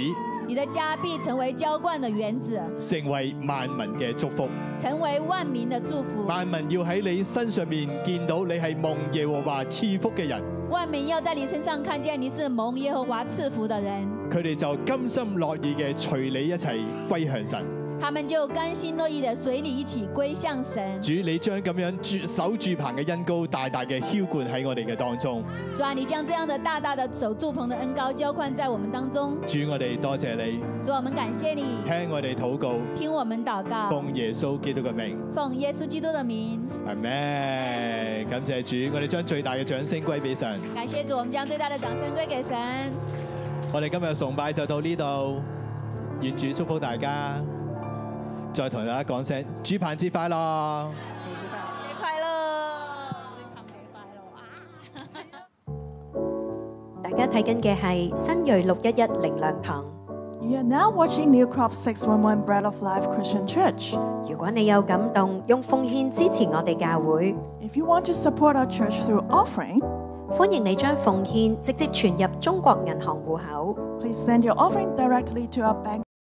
Speaker 2: 你的家必成为浇灌的园子，
Speaker 1: 成為萬民嘅祝福。
Speaker 2: 成为万民的祝福。
Speaker 1: 萬民要喺你身上面見到你係蒙耶和華賜福嘅人，
Speaker 2: 万民要在你身上看见你是蒙耶和华赐福的人，
Speaker 1: 佢哋就甘心樂意嘅隨你一齊歸向神。
Speaker 2: 他们就甘心乐意的随你一起归向神。
Speaker 1: 主，你將咁樣住守住棚嘅恩高，大大嘅轎冠喺我哋嘅當中。
Speaker 2: 主啊，你将这样的大大的守住棚的恩高浇灌在我们当中。
Speaker 1: 主，我哋多謝你，
Speaker 2: 主啊，我们感谢你，
Speaker 1: 聽我哋禱告，
Speaker 2: 听我们祷告，
Speaker 1: 奉耶穌基督嘅名。
Speaker 2: 奉耶稣基督的名。
Speaker 1: 係咩？感謝主，我哋將最大嘅掌聲歸俾神。
Speaker 2: 感谢主，我们将最大的掌声归给神。
Speaker 1: 我哋今日崇拜就到呢度，願主祝福大家。再同大家講聲，主棒節快樂！
Speaker 2: 节快乐，节快乐啊！
Speaker 5: 大家睇緊嘅係新锐六一一靈糧堂。
Speaker 6: You're now watching New Crop 611 Bread of Life Christian Church.
Speaker 5: 如果你有感動，用奉獻支持我哋教會，
Speaker 6: If you want to support our church through offering,
Speaker 5: 歡迎你將奉獻直接存入中國銀行户口。
Speaker 6: please send your offering directly to our bank.